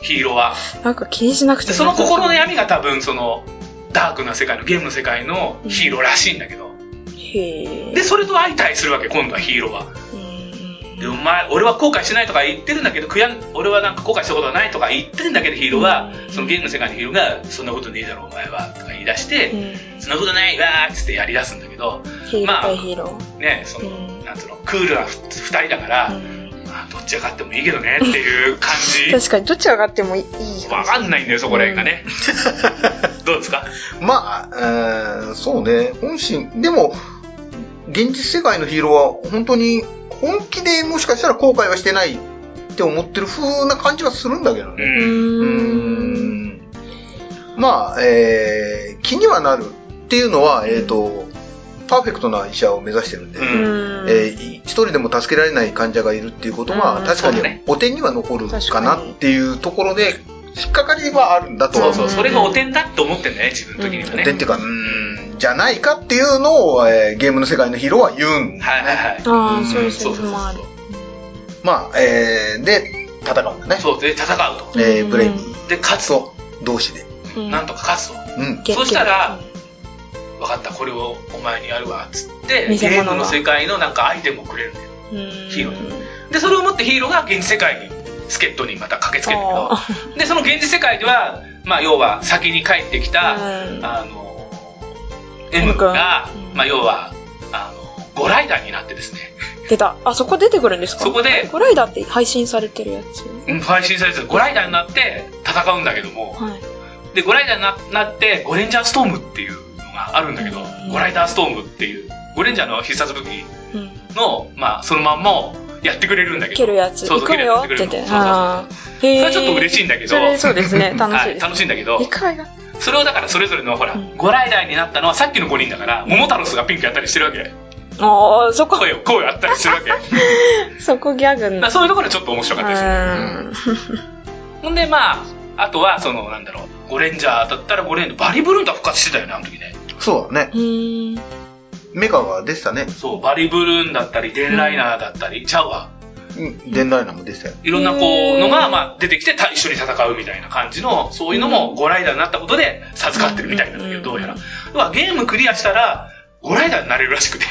[SPEAKER 3] ヒーローは。
[SPEAKER 1] なんか気にしなくて
[SPEAKER 3] で
[SPEAKER 1] も
[SPEAKER 3] その心の闇が多分そのダークな世界のゲームの世界のヒーローらしいんだけど、
[SPEAKER 1] へえ。
[SPEAKER 3] でそれと相対するわけ今度はヒーローは、
[SPEAKER 1] うーん
[SPEAKER 3] でお前俺は後悔しないとか言ってるんだけど悔やん俺はなんか後悔したことはないとか言ってるんだけどヒーローは、
[SPEAKER 1] うん
[SPEAKER 3] そのゲームの世界のヒーローがそんなことねえだろお前はとか言い出して、
[SPEAKER 1] うん
[SPEAKER 3] そんなことないわーっつってやりだすんだけど
[SPEAKER 1] ヒーロー
[SPEAKER 3] まあ
[SPEAKER 1] 対ヒーロ
[SPEAKER 3] ねその、
[SPEAKER 1] うん
[SPEAKER 3] なんつうのクールな2人だから、
[SPEAKER 1] ー。うん
[SPEAKER 3] まあどっちが勝ってもいいけどねっていう感じ
[SPEAKER 1] 確かに、どっちが上がってもいい感
[SPEAKER 3] わ
[SPEAKER 1] じ
[SPEAKER 3] かんないんだよそこら辺がね、どうですか
[SPEAKER 2] まあ、えーそうね、本心、でも、現実世界のヒーローは本当に本気でもしかしたら後悔はしてないって思ってる風な感じはするんだけど
[SPEAKER 3] う
[SPEAKER 2] ね。
[SPEAKER 1] うー
[SPEAKER 3] ん
[SPEAKER 2] うー
[SPEAKER 1] ん。
[SPEAKER 2] ん。まあ、えー気にはなるっていうのは、えっ、と、パーフェクトな医者を目指してるんで、
[SPEAKER 3] う
[SPEAKER 1] うーん
[SPEAKER 2] えーい一人でも助けられない患者がいるっていうこと
[SPEAKER 1] う
[SPEAKER 2] は
[SPEAKER 1] ん
[SPEAKER 2] 確か
[SPEAKER 3] そう
[SPEAKER 2] に
[SPEAKER 3] だね
[SPEAKER 2] お手には残るかな
[SPEAKER 1] 確かに
[SPEAKER 2] っていうところで引っかかりはあるんだとは
[SPEAKER 3] そ
[SPEAKER 2] 思
[SPEAKER 3] うそうう、それがお点だって思ってんだね、自分の時にはね。
[SPEAKER 2] でっていうか、うーん、じゃないかっていうのを、えーゲームの世界のヒーローは言うん。
[SPEAKER 3] はいはいはい。
[SPEAKER 1] あ
[SPEAKER 2] うん
[SPEAKER 1] あ、そういう
[SPEAKER 3] そ
[SPEAKER 1] セ
[SPEAKER 3] う
[SPEAKER 1] リ
[SPEAKER 3] そう
[SPEAKER 1] フ
[SPEAKER 3] そう
[SPEAKER 1] もある。
[SPEAKER 2] まあ、えーで、戦うんだね。
[SPEAKER 3] そう、で、戦うと。
[SPEAKER 2] えー
[SPEAKER 1] うん
[SPEAKER 2] ブレイブ
[SPEAKER 3] で、勝つと。
[SPEAKER 2] 同士で。
[SPEAKER 1] うん
[SPEAKER 3] なんとか勝つと。
[SPEAKER 2] うん。
[SPEAKER 1] ゲ
[SPEAKER 3] そうしたら、分かった、これをお前にやるわ、つって、ゲ
[SPEAKER 1] 見せ物
[SPEAKER 3] ー
[SPEAKER 1] が
[SPEAKER 3] ムの世界のなんかアイテムをくれるんだよ。
[SPEAKER 1] うーん
[SPEAKER 3] ヒーローで、それを持ってヒーローが現実世界に、助っ人にまた駆けつけるん
[SPEAKER 1] あ
[SPEAKER 3] だけど、で、その現実世界では、まあ、要は先に帰ってきた、
[SPEAKER 1] うん
[SPEAKER 3] あの、M 君が
[SPEAKER 1] う、ん
[SPEAKER 3] まあ、要は、あの、ゴライダーになってですね、
[SPEAKER 1] 出た。あ、そこ出てくるんですか
[SPEAKER 3] そこで
[SPEAKER 1] ゴライダーって配信されてるやつ。
[SPEAKER 3] うん配信されてるゴライダーになって戦うんだけども、
[SPEAKER 1] はい。
[SPEAKER 3] で、ゴライダーにななって、ゴレンジャーストームっていうのがあるんだけ
[SPEAKER 1] う
[SPEAKER 3] ど、
[SPEAKER 1] ん
[SPEAKER 3] ゴライダーストームっていう、ゴレンジャーの必殺武器
[SPEAKER 1] うん。
[SPEAKER 3] の、まあ、そのまんまをやってくれるんだけど。
[SPEAKER 1] 蹴るやつ。
[SPEAKER 3] そう
[SPEAKER 1] 行
[SPEAKER 3] そう
[SPEAKER 1] く
[SPEAKER 3] 蹴る
[SPEAKER 1] よ
[SPEAKER 3] や
[SPEAKER 1] っ
[SPEAKER 3] つ
[SPEAKER 1] て言って。
[SPEAKER 3] そうそうそう
[SPEAKER 1] あーへ
[SPEAKER 3] そ
[SPEAKER 1] え
[SPEAKER 3] れはちょっと嬉しいんだけど、
[SPEAKER 1] それそうですね。楽しい
[SPEAKER 3] は
[SPEAKER 1] で
[SPEAKER 3] い、
[SPEAKER 1] す。
[SPEAKER 3] 楽しいんだけど
[SPEAKER 1] 行、くわよ
[SPEAKER 3] それをだからそれぞれの、ほら、
[SPEAKER 1] うん
[SPEAKER 3] ゴライダーになったのはさっきの5人だから、モモタロスがピンクやったりしてるわけ。
[SPEAKER 1] ああ、そこ、
[SPEAKER 3] 声を、声をやったりしてるわ
[SPEAKER 1] *laughs*
[SPEAKER 3] け。だか
[SPEAKER 1] そこギャグにな
[SPEAKER 3] らそういうところでちょっと面白かったですね。
[SPEAKER 1] うーん
[SPEAKER 3] ほんで、まあ、あとは、その、なんだろう、ゴレンジャーだったらゴレンジャー、バリブルーンと復活してたよね、あの時ね。
[SPEAKER 2] そうだね。
[SPEAKER 1] うーん。
[SPEAKER 2] メカが出てたね。
[SPEAKER 3] そう、バリブルーンだったり、デンライナーだったり、ちゃうわ。
[SPEAKER 2] うん。デンライナーも出てたよ。
[SPEAKER 3] いろんなこ
[SPEAKER 1] へ
[SPEAKER 3] う
[SPEAKER 1] ー
[SPEAKER 3] のが、まあ、出てきてた一緒に戦うみたいな感じの、そういうのもゴライダーになったことで授かってるみたいなんだけど、
[SPEAKER 1] うん
[SPEAKER 3] どうやら。要はゲームクリアしたら、ゴライダーになれるらしくて。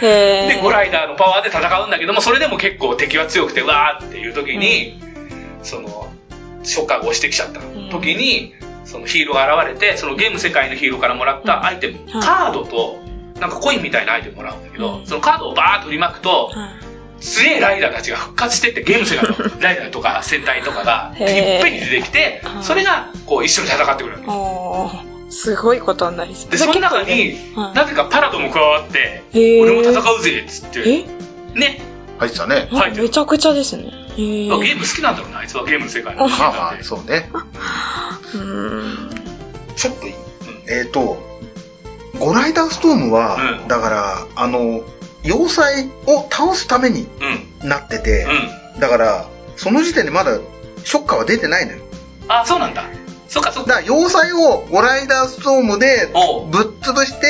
[SPEAKER 1] へえ。
[SPEAKER 3] で、ゴライダーのパワーで戦うんだけども、それでも結構敵は強くて、わーっていう時に、その、ショッカーが押してきちゃった時に、そのヒーローが現れて、そのゲーム世界のヒーローからもらったアイテム、
[SPEAKER 1] はい
[SPEAKER 3] カードと、なんかコインみたいなアイテムもらうんだけど、そのカードをバーッと振りまくと、
[SPEAKER 1] はい
[SPEAKER 3] すげえライダーたちが復活してって、ゲーム世界のライダーとか戦隊とかが、い
[SPEAKER 1] へー
[SPEAKER 3] っぺんに出てきて
[SPEAKER 1] は、い
[SPEAKER 3] それが、こう、一緒に戦ってくるわけ。
[SPEAKER 1] おーすごいことになりそう。
[SPEAKER 3] で、その中に、
[SPEAKER 1] はい
[SPEAKER 3] なぜかパラドも加わって、
[SPEAKER 1] へー
[SPEAKER 3] 俺も戦うぜ、っつって。
[SPEAKER 1] え
[SPEAKER 3] ね。
[SPEAKER 2] 入ってたね。
[SPEAKER 3] 入ってる
[SPEAKER 1] めちゃくちゃですね。へえ。
[SPEAKER 3] ゲ
[SPEAKER 1] う
[SPEAKER 3] ーム好きなんだろうな、あいつはゲームの世界の。
[SPEAKER 2] まあまあ、そうね。
[SPEAKER 1] ーん。
[SPEAKER 2] ちょっといいえっ、と、ゴライダーストームは、
[SPEAKER 3] うん
[SPEAKER 2] だから、あの、要塞を倒すために
[SPEAKER 3] うん。うん。
[SPEAKER 2] なってて、
[SPEAKER 3] うん。
[SPEAKER 2] だから、その時点でまだ、ショッカーは出てないのよ。
[SPEAKER 3] あ、そうなんだ。そっかそっ
[SPEAKER 2] だか
[SPEAKER 3] か。
[SPEAKER 2] ら要塞をゴライダーストームで
[SPEAKER 3] おう
[SPEAKER 2] ぶっ潰して、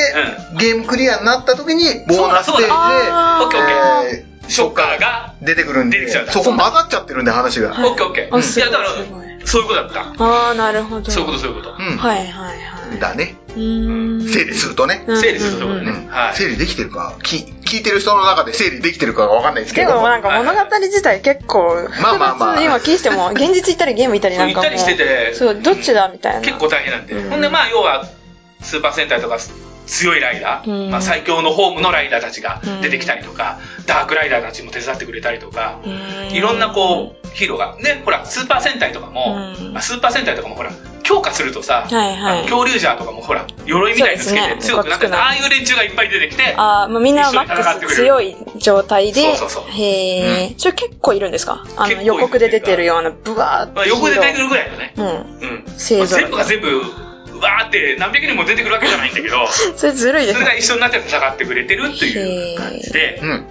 [SPEAKER 2] ゲームクリアになった時にボーナスス
[SPEAKER 3] そうだそう
[SPEAKER 2] テ
[SPEAKER 1] あー
[SPEAKER 3] オッケーオッ
[SPEAKER 2] ー
[SPEAKER 3] ケ
[SPEAKER 2] ジで、
[SPEAKER 3] ー。ショッカーが、
[SPEAKER 2] えー出てくるん
[SPEAKER 3] 出
[SPEAKER 2] で
[SPEAKER 3] てきちゃうんだ
[SPEAKER 2] そこ混ざっちゃってるんで話が、
[SPEAKER 1] はい
[SPEAKER 3] オッケーオッケ
[SPEAKER 1] あ
[SPEAKER 3] ー。い
[SPEAKER 1] すご
[SPEAKER 3] や、
[SPEAKER 1] い
[SPEAKER 3] だから
[SPEAKER 1] すごい、
[SPEAKER 3] そういうことだった。
[SPEAKER 1] ああ、なるほど。
[SPEAKER 3] そういうこと、そういうこと。
[SPEAKER 2] うん
[SPEAKER 1] はいはいはい。
[SPEAKER 2] だね
[SPEAKER 1] うーん。
[SPEAKER 2] 整理するとね、
[SPEAKER 1] うん
[SPEAKER 3] 整理するところ
[SPEAKER 2] う
[SPEAKER 3] で
[SPEAKER 2] ん
[SPEAKER 3] ね。はい。
[SPEAKER 2] 整理できてるかき聞いてる人の中で整理できてるかが分かんないですけ
[SPEAKER 1] で
[SPEAKER 2] ど
[SPEAKER 1] もなんか物語自体結構複雑
[SPEAKER 2] まあまあまあ
[SPEAKER 1] 今聞いても現実行ったりゲーム行ったり
[SPEAKER 3] そ
[SPEAKER 1] な
[SPEAKER 3] うん行
[SPEAKER 1] か
[SPEAKER 3] っ
[SPEAKER 1] も
[SPEAKER 3] たりしてて、
[SPEAKER 1] そうどっちだみたいな
[SPEAKER 3] 結構大変なんで、
[SPEAKER 1] うん
[SPEAKER 3] ほんでまあ要はスーパー戦隊とか強いライダー、
[SPEAKER 1] うん
[SPEAKER 3] まあ、最強のホームのライダーたちが出てきたりとか、ダークライダーたちも手伝ってくれたりとか、いろんなこうヒーローがねほらスーパー戦隊とかも、
[SPEAKER 1] うん
[SPEAKER 3] まあスーパー戦隊とかもほら強化するとさ、
[SPEAKER 1] はいはい
[SPEAKER 3] あの恐竜ジャーとかもほら鎧みたいにつけ
[SPEAKER 1] そう
[SPEAKER 3] て
[SPEAKER 1] ですね
[SPEAKER 3] 強くなっ
[SPEAKER 1] かっこ
[SPEAKER 3] て
[SPEAKER 1] よくなる
[SPEAKER 3] ああいう連中がいっぱい出てきて
[SPEAKER 1] あーまあ、みんなマックス強い状態で、
[SPEAKER 3] そうそうそう
[SPEAKER 1] へえ、それ結構いるんですかあ
[SPEAKER 3] 結構い
[SPEAKER 1] の
[SPEAKER 3] る
[SPEAKER 1] 予告で出てるような、ブワーって。
[SPEAKER 3] まあ、横で出てくるぐらいのね、
[SPEAKER 1] うん。
[SPEAKER 3] うん
[SPEAKER 1] 勢
[SPEAKER 3] まあ
[SPEAKER 1] ぞろい
[SPEAKER 3] 全部が全部わーって何百人も出てくるわけじゃないんだ
[SPEAKER 1] *laughs*
[SPEAKER 3] けどそ
[SPEAKER 1] それずるいです
[SPEAKER 3] れが
[SPEAKER 1] ね。
[SPEAKER 3] 一緒になって戦ってくれてるっていう感じで
[SPEAKER 2] うん。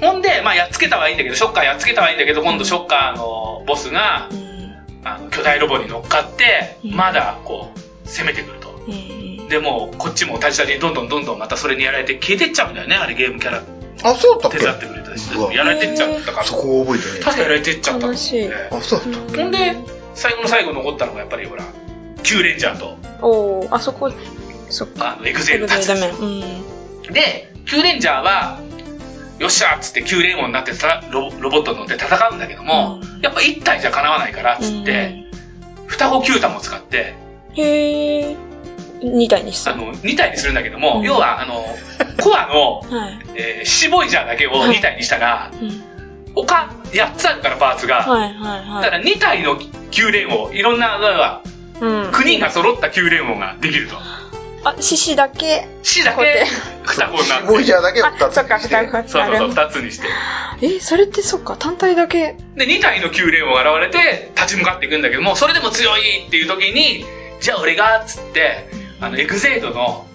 [SPEAKER 3] ほんで、まあ、やっつけたはいいんだけど、ショッカーやっつけたはいいんだけど、今度ショッカーのボスが
[SPEAKER 1] う、ん
[SPEAKER 3] あの、巨大ロボに乗っかって
[SPEAKER 1] う、ん
[SPEAKER 3] まだ、こう、攻めてくると。
[SPEAKER 1] うん
[SPEAKER 3] で、もう、こっちも立ち立ちにどんどんどんどんまたそれにやられて消えてっちゃうんだよね、あれゲームキャラ
[SPEAKER 2] あ、そうだっ
[SPEAKER 3] 手伝った
[SPEAKER 2] って
[SPEAKER 3] くれたし
[SPEAKER 2] うわ、
[SPEAKER 3] やられてっちゃったか
[SPEAKER 2] け
[SPEAKER 3] ら、
[SPEAKER 2] そ
[SPEAKER 3] 確
[SPEAKER 2] こ覚えてね
[SPEAKER 3] かやられてっちゃったんだよね
[SPEAKER 1] 楽しい
[SPEAKER 2] え。あ、そうだった。
[SPEAKER 1] うん
[SPEAKER 3] ほんで、最後の最後残ったのがやっぱりほら、キューレンジャーと、
[SPEAKER 1] おーあそこ、そっか。
[SPEAKER 3] あの、エグゼ
[SPEAKER 1] ダ
[SPEAKER 3] ル
[SPEAKER 1] メ
[SPEAKER 3] たちで
[SPEAKER 1] ダ
[SPEAKER 3] す
[SPEAKER 1] メ。
[SPEAKER 3] よ。で、キューレンジャーは、よっしゃーっつってキューレン王になってさロボロボットに乗って戦うんだけども、
[SPEAKER 1] うん
[SPEAKER 3] やっぱ一体じゃかなわないからっつ
[SPEAKER 1] うん。
[SPEAKER 3] って、双子キュータも使って、
[SPEAKER 1] うん。へえ。2体にし
[SPEAKER 3] あ
[SPEAKER 1] た。
[SPEAKER 3] の、2体にするんだけども、
[SPEAKER 1] うん
[SPEAKER 3] 要は、あの、コアの、
[SPEAKER 1] はい。
[SPEAKER 3] えーシボイジャーだけを2体にしたら、
[SPEAKER 1] うん
[SPEAKER 3] 他8つあるからパーツが、
[SPEAKER 1] はいはい
[SPEAKER 3] だか
[SPEAKER 1] は
[SPEAKER 3] ら2体の9連王、いろんな、要は、
[SPEAKER 1] い。うん。
[SPEAKER 3] 9人が揃った9連王ができると。
[SPEAKER 1] あ、獅子だけ。
[SPEAKER 3] 死だ
[SPEAKER 1] こうや
[SPEAKER 3] け
[SPEAKER 1] って
[SPEAKER 3] 双子にな
[SPEAKER 2] すごい
[SPEAKER 3] って
[SPEAKER 2] じ。ゃんだけを
[SPEAKER 1] あ、そっか、
[SPEAKER 2] 2つにして
[SPEAKER 1] 双子
[SPEAKER 3] そうそうそう、
[SPEAKER 1] 双子
[SPEAKER 3] 2つにして。
[SPEAKER 1] え、それってそっか、単体だけ。
[SPEAKER 3] で、2体の9連王が現れて、立ち向かっていくんだけども、それでも強いっていう時に、じゃあ俺が、つって、あの、エグゼイドの、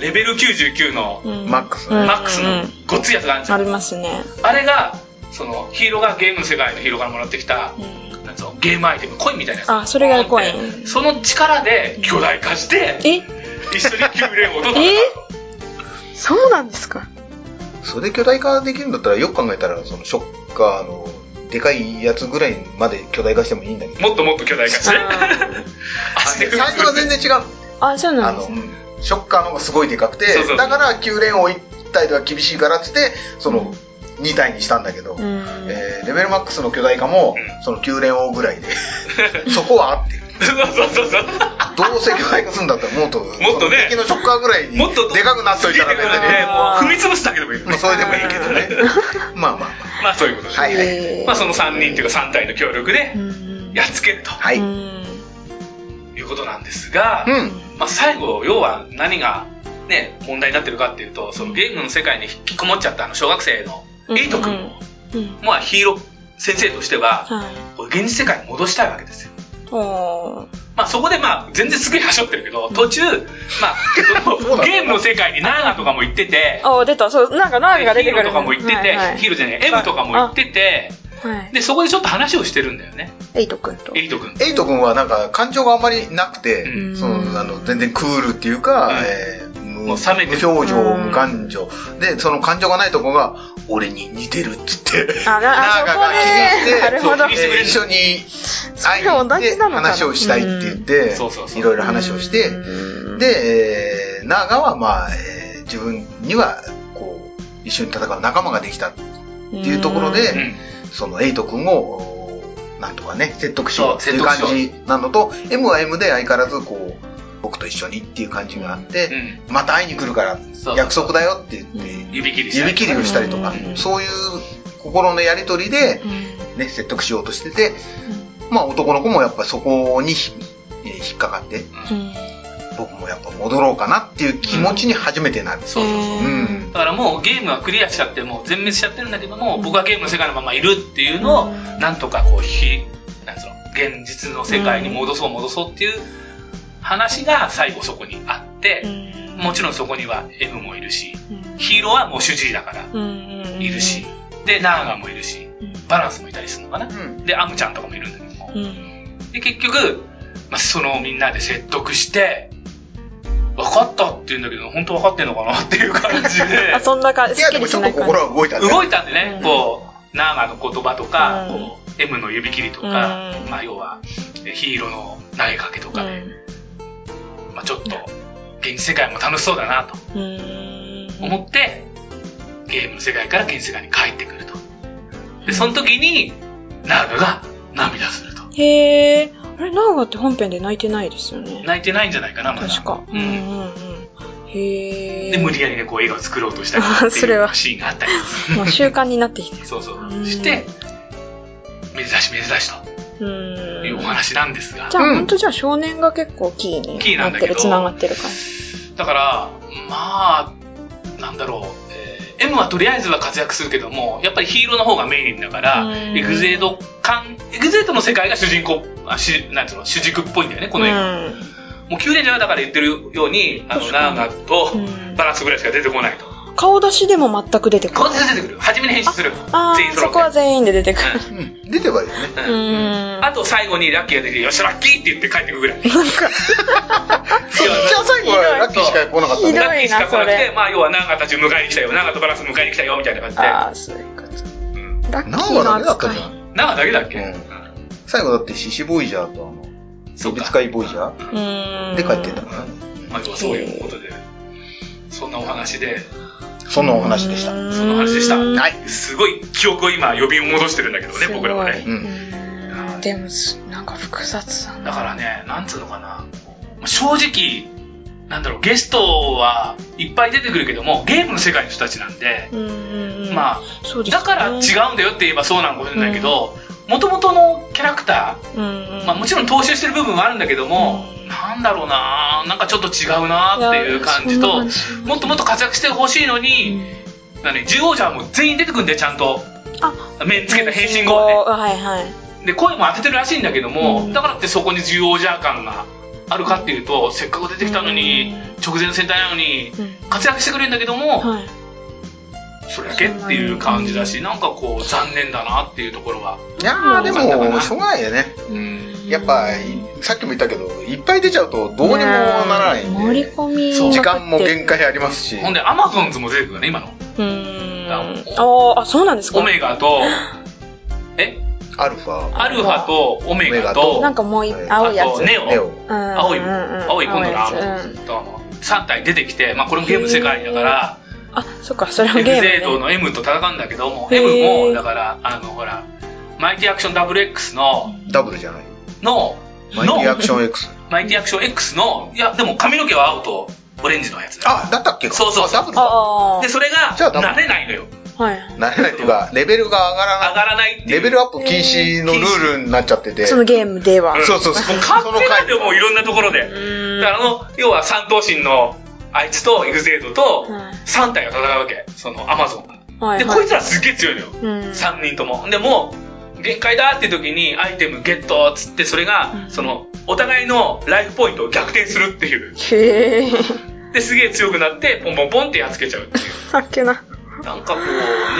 [SPEAKER 3] レベル99の、
[SPEAKER 1] うん
[SPEAKER 2] マックスね
[SPEAKER 1] うん
[SPEAKER 3] マックスの
[SPEAKER 1] うん
[SPEAKER 3] ごっついやつがあるんですよ
[SPEAKER 1] ありますね。
[SPEAKER 3] あれが、その、ヒーローがゲームの世界のヒーローからもらってきた、
[SPEAKER 1] うん
[SPEAKER 3] なんつうのゲームアイテム、コインみたいなやつ。
[SPEAKER 1] あ、それが怖い。
[SPEAKER 3] その力で巨大化して、
[SPEAKER 1] え、
[SPEAKER 3] 一緒に9連王と戦う
[SPEAKER 1] そうなんですか。
[SPEAKER 2] それで巨大化できるんだったら、よく考えたら、そのショッカーの、でかいやつぐらいまで巨大化してもいいんだけど。
[SPEAKER 3] と。もっともっと巨大化して、足
[SPEAKER 2] 最
[SPEAKER 3] で踏み
[SPEAKER 2] 初は全然違う。
[SPEAKER 1] あ、そうな
[SPEAKER 2] あ
[SPEAKER 1] んで
[SPEAKER 2] の、
[SPEAKER 1] す
[SPEAKER 2] う
[SPEAKER 1] ね。
[SPEAKER 2] んショッカーの方がすごいでかくて
[SPEAKER 3] そうそう、
[SPEAKER 2] だから9連王1体では厳しいからっつって、その、2体にしたんだけど
[SPEAKER 1] う、ん。
[SPEAKER 2] えーレベルマックスの巨大化も
[SPEAKER 3] う、
[SPEAKER 2] その9連王ぐらいで、
[SPEAKER 3] *laughs*
[SPEAKER 2] そこはあってる。
[SPEAKER 3] そうそうそうそう。
[SPEAKER 2] どうせ巨大化するんだったら、もっと、も
[SPEAKER 3] っとね
[SPEAKER 2] 敵のショッカーぐらい、
[SPEAKER 3] もっと
[SPEAKER 2] でかくなっといたら別
[SPEAKER 3] すげえでかくなって
[SPEAKER 2] に、
[SPEAKER 3] もう踏み潰すだけでもいいよ
[SPEAKER 2] まあ
[SPEAKER 3] ね。
[SPEAKER 2] それでもいいけどね。まあまあま
[SPEAKER 3] まあそういうことで。
[SPEAKER 2] あ。はいはい。
[SPEAKER 1] えー
[SPEAKER 3] まあその3人というか3体の協力で
[SPEAKER 1] う、ん
[SPEAKER 3] やっつけると
[SPEAKER 2] はい。
[SPEAKER 1] う
[SPEAKER 2] うん
[SPEAKER 3] いうことなんですが、
[SPEAKER 2] ん。
[SPEAKER 3] まあ最後、要は何が、ね、問題になってるかっていうと、そのゲームの世界に引きこもっちゃったあの小学生のエイト君も、
[SPEAKER 1] うん
[SPEAKER 3] まあヒーロー先生としては、
[SPEAKER 1] はい。
[SPEAKER 3] こう現実世界に戻したいわけですよ。
[SPEAKER 1] おー
[SPEAKER 3] まあそこでまあ全然すげえはしょってるけど、途中、まあそ *laughs* のゲームの世界にナーガとかも行ってて、
[SPEAKER 1] あ、出た。そう、なんか、ナーが出
[SPEAKER 3] ヒ
[SPEAKER 1] て
[SPEAKER 3] ー
[SPEAKER 1] く
[SPEAKER 3] ロ
[SPEAKER 1] る。
[SPEAKER 3] ーとかも行って
[SPEAKER 1] はいは
[SPEAKER 3] て、ヒー
[SPEAKER 1] い
[SPEAKER 3] ローじゃない、エムとかも行ってて、
[SPEAKER 1] はい。
[SPEAKER 3] で、そこでちょっと話をしてるんだよね、
[SPEAKER 1] エイト君と。
[SPEAKER 3] エイト君。
[SPEAKER 2] エイト君はなんか感情があんまりなくて、
[SPEAKER 3] うん
[SPEAKER 2] そのあの全然クールっていうか、
[SPEAKER 3] うん
[SPEAKER 2] えー無
[SPEAKER 3] もう冷めてる
[SPEAKER 2] 無表情、
[SPEAKER 1] うん
[SPEAKER 2] 無感情。で、その感情がないとこが、俺に似てるっつって、
[SPEAKER 3] *laughs*
[SPEAKER 1] あなあ
[SPEAKER 2] ナーガが気
[SPEAKER 1] そ
[SPEAKER 2] に
[SPEAKER 1] こね
[SPEAKER 2] 入
[SPEAKER 1] な
[SPEAKER 2] って
[SPEAKER 1] るほど
[SPEAKER 2] そうえー一緒に会いに行
[SPEAKER 1] そ
[SPEAKER 2] っ
[SPEAKER 1] れ同
[SPEAKER 2] て
[SPEAKER 1] じなのかな
[SPEAKER 2] 話をしたいって言って、
[SPEAKER 3] んそうそうそう
[SPEAKER 2] いろいろ話をして、
[SPEAKER 1] うん、
[SPEAKER 2] で、えーナーガはまあ、えー自分には、こう、一緒に戦う仲間ができた。
[SPEAKER 1] って
[SPEAKER 2] ていうところで
[SPEAKER 3] うん
[SPEAKER 2] そのエイト君を、おーなんとかね、説得しようっていう
[SPEAKER 3] そう
[SPEAKER 2] 感
[SPEAKER 3] 説得し
[SPEAKER 2] じなのと、M は M で相変わらずこう、僕と一緒にっていう感じがあって、
[SPEAKER 3] うん
[SPEAKER 2] また会いに来るから
[SPEAKER 3] そう、
[SPEAKER 2] 約束だよって言って、
[SPEAKER 3] 指切りした
[SPEAKER 2] 指
[SPEAKER 3] りと
[SPEAKER 2] 切
[SPEAKER 3] か
[SPEAKER 2] りをしたりとか
[SPEAKER 3] う、ん
[SPEAKER 2] そういう心のやりとりで、
[SPEAKER 1] うん
[SPEAKER 2] ね、説得しようとしてて、まあ男の子もやっぱそこにひえー引っかかって、
[SPEAKER 1] うん
[SPEAKER 2] 僕もやっぱ戻ろうかなっていう気持ちに初めてなる。
[SPEAKER 3] そうそうそうう。
[SPEAKER 2] ん。
[SPEAKER 3] だからもうゲームはクリアしちゃって、もう全滅しちゃってるんだけども、僕はゲームの世界のままいるっていうのを、なんとかこう、ひ、なんつうの、現実の世界に戻そう戻そうっていう話が最後そこにあって、もちろんそこには M もいるし、ヒーローはもう主治医だから、
[SPEAKER 1] うん
[SPEAKER 3] いるし、で、ナーガもいるし、バランスもいたりするのかな
[SPEAKER 2] う。ん
[SPEAKER 3] で、アムちゃんとかもいるんだけども
[SPEAKER 1] う。ん
[SPEAKER 3] で、結局、まあ、そのみんなで説得して、分かったって言うんだけど、本当分かってんのかなっていう感じで
[SPEAKER 1] *laughs* あ、そんな感じ
[SPEAKER 2] い
[SPEAKER 1] す
[SPEAKER 2] や、
[SPEAKER 1] っ
[SPEAKER 2] で
[SPEAKER 1] き
[SPEAKER 2] も
[SPEAKER 1] り
[SPEAKER 2] ち
[SPEAKER 1] し
[SPEAKER 2] ょっ
[SPEAKER 1] な
[SPEAKER 2] と
[SPEAKER 1] い感じ
[SPEAKER 2] 心は動いたんだよ
[SPEAKER 3] 動いたんでね
[SPEAKER 1] う、ん
[SPEAKER 3] こう、ナーガの言葉とか、
[SPEAKER 1] うん
[SPEAKER 3] こう、M の指切りとか、
[SPEAKER 1] うん
[SPEAKER 3] まあ、要は、ヒーローの投げかけとかで、まあ、ちょっと、現実世界も楽しそうだなと
[SPEAKER 1] うんうん
[SPEAKER 3] 思って、ゲームの世界から現実世界に帰ってくると。で、その時に、ナーガが涙すると。
[SPEAKER 1] へえあれナーガって本編で泣いてないですよね
[SPEAKER 3] 泣いてないんじゃないかな、まだ。
[SPEAKER 1] 確か
[SPEAKER 3] うん。
[SPEAKER 1] うんうんへえ。
[SPEAKER 3] で、無理やりね、こう映画を作ろうとしたり
[SPEAKER 1] あー
[SPEAKER 3] って
[SPEAKER 1] それ
[SPEAKER 3] いう
[SPEAKER 1] は
[SPEAKER 3] シーンがあったり。
[SPEAKER 1] もう習慣になってきてる。
[SPEAKER 3] そうそう
[SPEAKER 1] う。ん
[SPEAKER 3] して、珍しい珍しいうというお
[SPEAKER 1] ーん。
[SPEAKER 3] 話なんですが
[SPEAKER 1] じ。ゃあ、
[SPEAKER 2] うん
[SPEAKER 1] ほんとじゃあ少年が結構キーに
[SPEAKER 3] キー
[SPEAKER 1] な
[SPEAKER 3] な
[SPEAKER 1] っ
[SPEAKER 3] んだ
[SPEAKER 1] て
[SPEAKER 3] け
[SPEAKER 1] る、
[SPEAKER 3] ど
[SPEAKER 1] 繋がってる感じ。
[SPEAKER 3] だから、まあ、なんだろう。えー M はとりあえずは活躍するけども、やっぱりヒーローの方がメインだから、
[SPEAKER 1] うん
[SPEAKER 3] エグゼード感、エグゼードの世界が主人公、あしなんていうの、主軸っぽいんだよね、この映画。もうキューレンジャーだから言ってるように、あの、
[SPEAKER 1] 確か
[SPEAKER 3] ラ
[SPEAKER 1] に
[SPEAKER 3] ーガと
[SPEAKER 1] うん
[SPEAKER 3] バランスぐらいしか出てこないと。
[SPEAKER 1] うん。顔出しでも全く出てこ
[SPEAKER 3] こ
[SPEAKER 1] ない
[SPEAKER 3] こ。で出てくる。初めに変身する。
[SPEAKER 1] あ
[SPEAKER 3] 全員
[SPEAKER 1] あ、
[SPEAKER 3] 揃
[SPEAKER 1] そ
[SPEAKER 3] っ
[SPEAKER 1] こは
[SPEAKER 3] て。
[SPEAKER 1] 全員で出てくる。
[SPEAKER 2] うん。出てばいいよね。
[SPEAKER 1] う
[SPEAKER 3] うん
[SPEAKER 1] ーん。
[SPEAKER 3] あと最後にラッキーが出て、よっしゃラッキーって言って帰ってくぐらい。
[SPEAKER 2] そっちは最後はラッキーしか来なかった
[SPEAKER 1] ひど
[SPEAKER 2] ね。
[SPEAKER 1] い
[SPEAKER 3] ラッキーしか来なく
[SPEAKER 1] ひどいなそれ
[SPEAKER 3] て、まあ要はナーガたちを迎えに来たよ、ナーガとバランス迎えに来たよ、みたいな
[SPEAKER 1] あ
[SPEAKER 3] 感
[SPEAKER 1] あ、そういうこと。
[SPEAKER 3] じで。うん
[SPEAKER 1] ラッキ
[SPEAKER 2] 何
[SPEAKER 1] ー
[SPEAKER 2] 話
[SPEAKER 1] の
[SPEAKER 2] だけだった
[SPEAKER 1] 扱い
[SPEAKER 2] じゃ。ん。
[SPEAKER 3] ナーガだけだっけ
[SPEAKER 2] うん
[SPEAKER 3] うん
[SPEAKER 2] 最後だって獅子ボイジャーとあの、
[SPEAKER 3] そう
[SPEAKER 2] 美
[SPEAKER 3] か
[SPEAKER 2] 術界ボイジャ
[SPEAKER 1] うー
[SPEAKER 2] ー
[SPEAKER 1] ん。
[SPEAKER 2] で帰ってたからね。
[SPEAKER 3] まあ要はそういうことで。そんなお話で、
[SPEAKER 2] そんなお話でした。。
[SPEAKER 1] うーん
[SPEAKER 3] その話でした。
[SPEAKER 1] はい
[SPEAKER 3] すごい記憶を今、呼び戻してるんだけどね、
[SPEAKER 1] すごい
[SPEAKER 3] 僕らはね。
[SPEAKER 2] う。
[SPEAKER 1] うんーんでもす、なんか複雑だ
[SPEAKER 3] だ
[SPEAKER 1] な。
[SPEAKER 3] からね、なんつうのかな、まあ正直、なんだろう、ゲストはいっぱい出てくるけども、ゲームの世界の人たちなんで、
[SPEAKER 1] うんうんうん。
[SPEAKER 3] まあ、
[SPEAKER 1] そうですよ
[SPEAKER 3] だ
[SPEAKER 1] ね
[SPEAKER 3] から違うんだよって言えばそうなのかもしれないけど、もともとのキャラクタ
[SPEAKER 1] うんう
[SPEAKER 3] ー、
[SPEAKER 1] ん。
[SPEAKER 3] まあ、もちろん踏襲してる部分はあるんだけども、
[SPEAKER 1] うん
[SPEAKER 3] なんだろうな、なんかちょっと違うなっていう感じと、もっともっと活躍してほしいのに、なに、獣王者はもう全員出てくんで、ちゃんと。
[SPEAKER 1] あ
[SPEAKER 3] 面つけた変身後はね。
[SPEAKER 1] はいはい。
[SPEAKER 3] で声も当ててるらしいんだけども、
[SPEAKER 1] うん
[SPEAKER 3] だからってそこに重要ジャー感があるかっていうとせっかく出てきたのに、
[SPEAKER 1] う
[SPEAKER 3] 直前の戦隊なのに
[SPEAKER 1] うん。
[SPEAKER 3] 活躍してくれるんだけども、
[SPEAKER 1] はい。
[SPEAKER 3] それだけっていう感じだしなんかこう残念だなっていうところはい
[SPEAKER 2] やーでも、しょうがないよね。やっぱ、さっきも言ったけど、いっぱい出ちゃうとどうにもならないん
[SPEAKER 1] 盛り
[SPEAKER 2] で、
[SPEAKER 1] 込み
[SPEAKER 3] そう
[SPEAKER 2] 時間も限。界ありますし、
[SPEAKER 3] ほんでアマゾンズも出てくるね今の
[SPEAKER 1] うーん。ああ、あ、そうなんですか
[SPEAKER 3] オメガとえ
[SPEAKER 2] アルファ、
[SPEAKER 3] アルファとオメガと
[SPEAKER 1] なんかもうい
[SPEAKER 2] はい
[SPEAKER 1] 青いや
[SPEAKER 3] あと
[SPEAKER 1] つ。
[SPEAKER 3] ネオ
[SPEAKER 2] ネオ、
[SPEAKER 1] うんうんうん
[SPEAKER 3] 青い青い今度のア
[SPEAKER 1] 青
[SPEAKER 3] マ
[SPEAKER 1] いやつ
[SPEAKER 3] ゾンズとあの3体出てきて、まあ、これもゲーム世界だから、
[SPEAKER 1] うんあ、そっか、それはゲ
[SPEAKER 3] エグ
[SPEAKER 1] ーム
[SPEAKER 3] ゼ
[SPEAKER 1] ね
[SPEAKER 3] ー。ドの M と戦うんだけども、
[SPEAKER 1] へー
[SPEAKER 3] M も、だから、あの、ほら、マイティアクション WX の、
[SPEAKER 2] ダブルじゃない。
[SPEAKER 3] の、
[SPEAKER 2] マイティア
[SPEAKER 3] の
[SPEAKER 2] ク、ション X。
[SPEAKER 3] マイティアクション X の、いや、でも髪の毛は青とオレンジのやつだよ
[SPEAKER 2] あ、だったっけか
[SPEAKER 3] そうそうそ
[SPEAKER 2] あ
[SPEAKER 3] う
[SPEAKER 2] ダブルだ。
[SPEAKER 1] あ
[SPEAKER 3] で、それが、
[SPEAKER 2] じゃあダブル
[SPEAKER 3] 慣れないのよ。
[SPEAKER 1] あ。はい。
[SPEAKER 2] なれないっていうか、レベルが上がら
[SPEAKER 3] 上
[SPEAKER 2] ない。
[SPEAKER 3] がらないってい
[SPEAKER 2] レ
[SPEAKER 3] う。
[SPEAKER 2] ベルアップ禁止のルールになっちゃってて、
[SPEAKER 1] そ
[SPEAKER 2] そ
[SPEAKER 1] の
[SPEAKER 2] う
[SPEAKER 1] ゲームでは。
[SPEAKER 2] そうそう、
[SPEAKER 3] 完
[SPEAKER 2] その
[SPEAKER 3] 璧なんだ
[SPEAKER 2] 回
[SPEAKER 3] よ、もういろんなところで。だからあの、要は三頭身の、あいつとエグゼードと
[SPEAKER 1] はい、
[SPEAKER 3] 3体が戦うわけ。その、アマゾンが。
[SPEAKER 1] はい
[SPEAKER 3] で、こいつらすっげえ強いのよ。
[SPEAKER 1] うん
[SPEAKER 3] 3人とも。でも、限界だって時にアイテムゲットっつって、それが、
[SPEAKER 1] うん
[SPEAKER 3] その、お互いのライフポイントを逆転するっていう。
[SPEAKER 1] へえ。
[SPEAKER 3] で、すげえ強くなって、ポンポンポンってやっつけちゃうっていう。
[SPEAKER 1] *laughs* さっけな。
[SPEAKER 3] なんかこう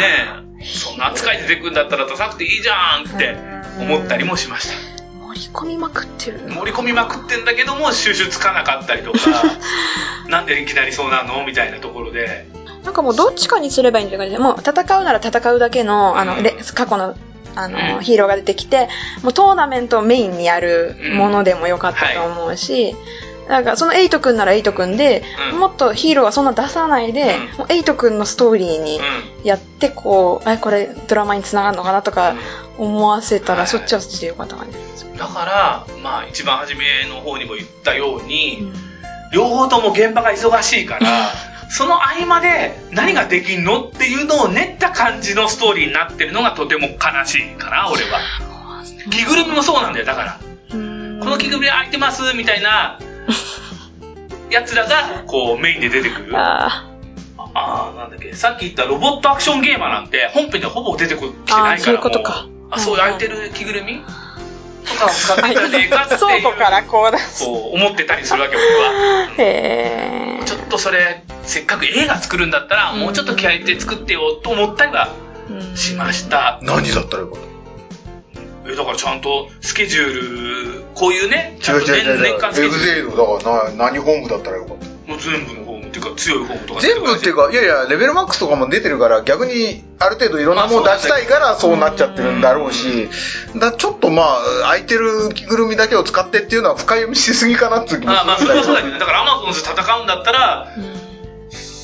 [SPEAKER 3] ね、そんな扱い出てくんだったら出さなくていいじゃんって思ったりもしました。
[SPEAKER 1] 盛り込みまくってる。
[SPEAKER 3] 盛り込みまくってんだけども、収集つかなかったりと *laughs* か、なんでいきなりそうなのみたいなところで。
[SPEAKER 1] なんかもうどっちかにすればいいんじゃないもう戦うなら戦うだけの、あ
[SPEAKER 3] う
[SPEAKER 1] の、
[SPEAKER 3] ん
[SPEAKER 1] レ過去の、あの、
[SPEAKER 3] うん
[SPEAKER 1] ヒーローが出てきて、もうトーナメントをメインにやるものでもよかったと思うし、なんかそのエイトくんならエイトくんで、
[SPEAKER 3] うん
[SPEAKER 1] もっとヒーローはそんな出さないで、
[SPEAKER 3] うん
[SPEAKER 1] もうエイトくんのストーリーに
[SPEAKER 3] う
[SPEAKER 1] やって、こう、え、これドラマに繋がるのかなとか
[SPEAKER 3] ん。
[SPEAKER 1] 思わせたら、
[SPEAKER 3] はい
[SPEAKER 1] そっちはそっちでよかった感じです。
[SPEAKER 3] だから、まあ一番初めの方にも言ったように、
[SPEAKER 1] うん
[SPEAKER 3] 両方とも現場が忙しい *laughs* から、その合間で何ができんのっていうのを練った感じのストーリーになってるのがとても悲しいかな、俺は。着ぐるみもそうなんだよ、だから。
[SPEAKER 1] うん
[SPEAKER 3] この着ぐるみ空いてます、みたい *laughs* な、やつらが、こう、メインで出てくる。あ *laughs*
[SPEAKER 1] あ
[SPEAKER 3] あー、なんだっけ。さっき言ったロボットアクションゲーマーなんて、本編でほぼ出てこきて
[SPEAKER 1] あ
[SPEAKER 3] な
[SPEAKER 1] ー
[SPEAKER 3] いから。
[SPEAKER 1] そういうことか
[SPEAKER 3] もうあ、そう、
[SPEAKER 1] はいは
[SPEAKER 3] 空
[SPEAKER 1] い
[SPEAKER 3] いてる着ぐるみとかを使ってんじゃねえかってい
[SPEAKER 1] あ、
[SPEAKER 3] う。
[SPEAKER 1] 倉庫からこう出す。
[SPEAKER 3] こう、思ってたりするわけ、俺は。うん
[SPEAKER 1] へえ。
[SPEAKER 3] ちょっとそれ、せっかく映画作るんだったら、もうちょっと気合い入れて作ってよと思ったりは
[SPEAKER 1] うん
[SPEAKER 3] しました。
[SPEAKER 2] 何だったらよかった
[SPEAKER 3] えだからちゃんとスケジュール、こういうね、ちゃ
[SPEAKER 2] 違うん
[SPEAKER 3] と
[SPEAKER 2] 違う
[SPEAKER 3] 年
[SPEAKER 2] 違う違
[SPEAKER 3] 年間ス
[SPEAKER 2] う。エ
[SPEAKER 3] ケジ
[SPEAKER 2] グ
[SPEAKER 3] ュー
[SPEAKER 2] ゼイドだからな、何本部だったらよかった。
[SPEAKER 3] ル、もう全部の方も、っていうか強い方もとか。
[SPEAKER 2] 全部っていうか、いやいや、レベルマックスとかも出てるから、逆にある程度いろんなもの出したいから、そうなっちゃってるんだろうし、だちょっとまあ、空いてる着ぐるみだけを使ってっていうのは深読みしすぎかなっていう気も
[SPEAKER 3] まあまあ、
[SPEAKER 2] す
[SPEAKER 3] そ
[SPEAKER 2] る
[SPEAKER 3] れ
[SPEAKER 2] ん
[SPEAKER 3] もそう
[SPEAKER 2] だ
[SPEAKER 3] だ
[SPEAKER 2] けど。
[SPEAKER 3] けど、だからアマゾンズ戦うんだったら、
[SPEAKER 1] うん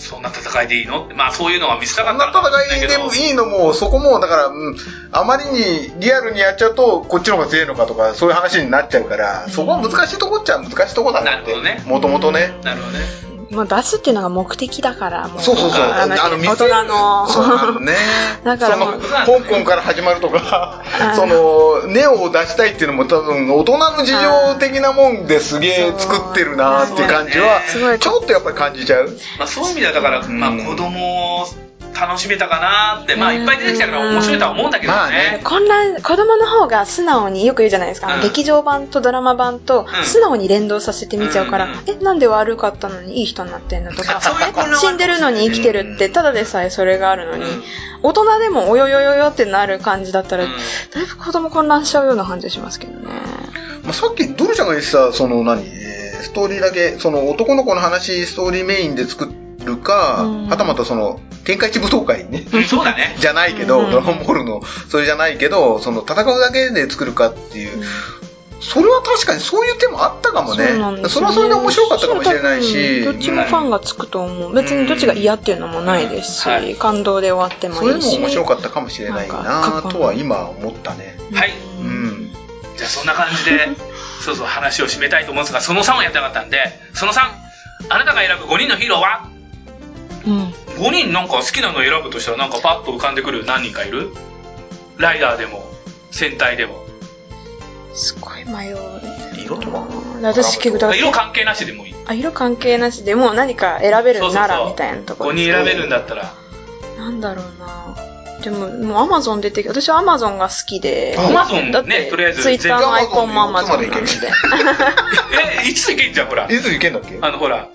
[SPEAKER 3] そんな戦いでいいのってまあそういうのが見せた
[SPEAKER 2] あ
[SPEAKER 3] かっ
[SPEAKER 2] ん
[SPEAKER 3] た
[SPEAKER 2] な
[SPEAKER 3] のかもし
[SPEAKER 2] 戦
[SPEAKER 3] れないいけ
[SPEAKER 2] で
[SPEAKER 3] ど
[SPEAKER 2] もいいのも、そこも、だから、うんあまりにリアルにやっちゃうと、こっちの方が強いのかとか、そういう話になっちゃうから、そこは難しいとこっちゃ難しいとこだなって
[SPEAKER 3] なるほどね、
[SPEAKER 2] もともとね。
[SPEAKER 3] なるほどね。
[SPEAKER 1] もう出すっていうのが目的だから、もう。
[SPEAKER 2] そうそうそう。
[SPEAKER 1] あの、大
[SPEAKER 2] 店
[SPEAKER 1] 人の。。
[SPEAKER 2] そうなのね
[SPEAKER 1] *laughs* だから
[SPEAKER 2] その
[SPEAKER 1] もう
[SPEAKER 2] 香港から始まるとか
[SPEAKER 1] あー、
[SPEAKER 2] その、ネオを出したいっていうのも多分、大人の事情的なもんですげえ作ってるなーっていう感じは
[SPEAKER 1] そうね、
[SPEAKER 2] ちょっとやっぱり感じちゃう。
[SPEAKER 3] まあ、そういう意味ではだから、
[SPEAKER 2] うん
[SPEAKER 3] まあ、子供を楽しめたかなって、まあ、
[SPEAKER 1] うん
[SPEAKER 3] いっぱい出てきたから面白いとは思うんだけどね,、
[SPEAKER 2] まあね
[SPEAKER 1] 混乱、子供の方が素直によく言うじゃないですか。あの
[SPEAKER 3] うん
[SPEAKER 1] 劇場版とドラマ版と
[SPEAKER 3] うん
[SPEAKER 1] 素直に連動させて見ちゃうから、
[SPEAKER 3] うん
[SPEAKER 1] え、なんで悪かったのにいい人になってんのとか、
[SPEAKER 3] そういう混乱は
[SPEAKER 1] え死んでるのに生きてるって、ただでさえそれがあるのに、
[SPEAKER 3] うん
[SPEAKER 1] 大人でもおよよよよってなる感じだったら、
[SPEAKER 3] うん
[SPEAKER 1] だいぶ子供混乱しちゃうような感じしますけどね。
[SPEAKER 2] まあ、さっきドルちゃんが言ってた、その何、えーストーリーだけ、その男の子の話、ストーリーメインで作るか、
[SPEAKER 1] うん
[SPEAKER 2] はたまたその、天下一武闘会ね。 *laughs*
[SPEAKER 3] うんそうだね
[SPEAKER 2] じゃないけど、
[SPEAKER 1] うん
[SPEAKER 2] ドラゴンボールの、それじゃないけど、その戦うだけで作るかっていう、それは確かにそういう手もあったかもね。
[SPEAKER 1] そうなんですよね
[SPEAKER 2] それはそれで面白かったかもしれないし、
[SPEAKER 1] そう多分どっちもファンがつくと思う。別にどっちが嫌っていうのもないですし、
[SPEAKER 3] うんはい
[SPEAKER 1] 感動で終わっても
[SPEAKER 2] それ
[SPEAKER 1] いい
[SPEAKER 2] も
[SPEAKER 1] し。
[SPEAKER 2] 面白かったかもしれない
[SPEAKER 1] なん
[SPEAKER 2] な
[SPEAKER 1] か
[SPEAKER 2] とは今思ったね。
[SPEAKER 3] はい
[SPEAKER 2] うん。
[SPEAKER 3] じゃあそんな感じで *laughs* そうそう話を締めたいと思うんですがその3をやってなかったんでその3あなたが選ぶ5人のヒーローは
[SPEAKER 1] うん
[SPEAKER 3] 5人なんか好きなの選ぶとしたらなんかパッと浮かんでくる何人かいるライダーでも戦隊でも
[SPEAKER 1] すごい迷う。
[SPEAKER 2] 色とか
[SPEAKER 1] 私結構だから
[SPEAKER 3] 色関係なしでもいい
[SPEAKER 1] あ色関係なしでもう何か選べるな
[SPEAKER 3] そうそうそ
[SPEAKER 1] ら
[SPEAKER 3] う
[SPEAKER 1] みたいなとこ
[SPEAKER 3] 5
[SPEAKER 1] ろ
[SPEAKER 3] 人選べるんだったら
[SPEAKER 1] なんだろうなでももうアマゾン出てき私はアマゾンが好きで
[SPEAKER 2] あ
[SPEAKER 3] アマゾン
[SPEAKER 1] だって
[SPEAKER 3] ねとりあえず
[SPEAKER 1] ツイッター
[SPEAKER 2] 全
[SPEAKER 1] の
[SPEAKER 2] 部
[SPEAKER 1] アイコンもアマゾン
[SPEAKER 2] Amazon
[SPEAKER 1] なん
[SPEAKER 2] で
[SPEAKER 1] で
[SPEAKER 2] いける
[SPEAKER 3] えいついけんじゃんほら
[SPEAKER 2] いついけんだっけ
[SPEAKER 3] あのほら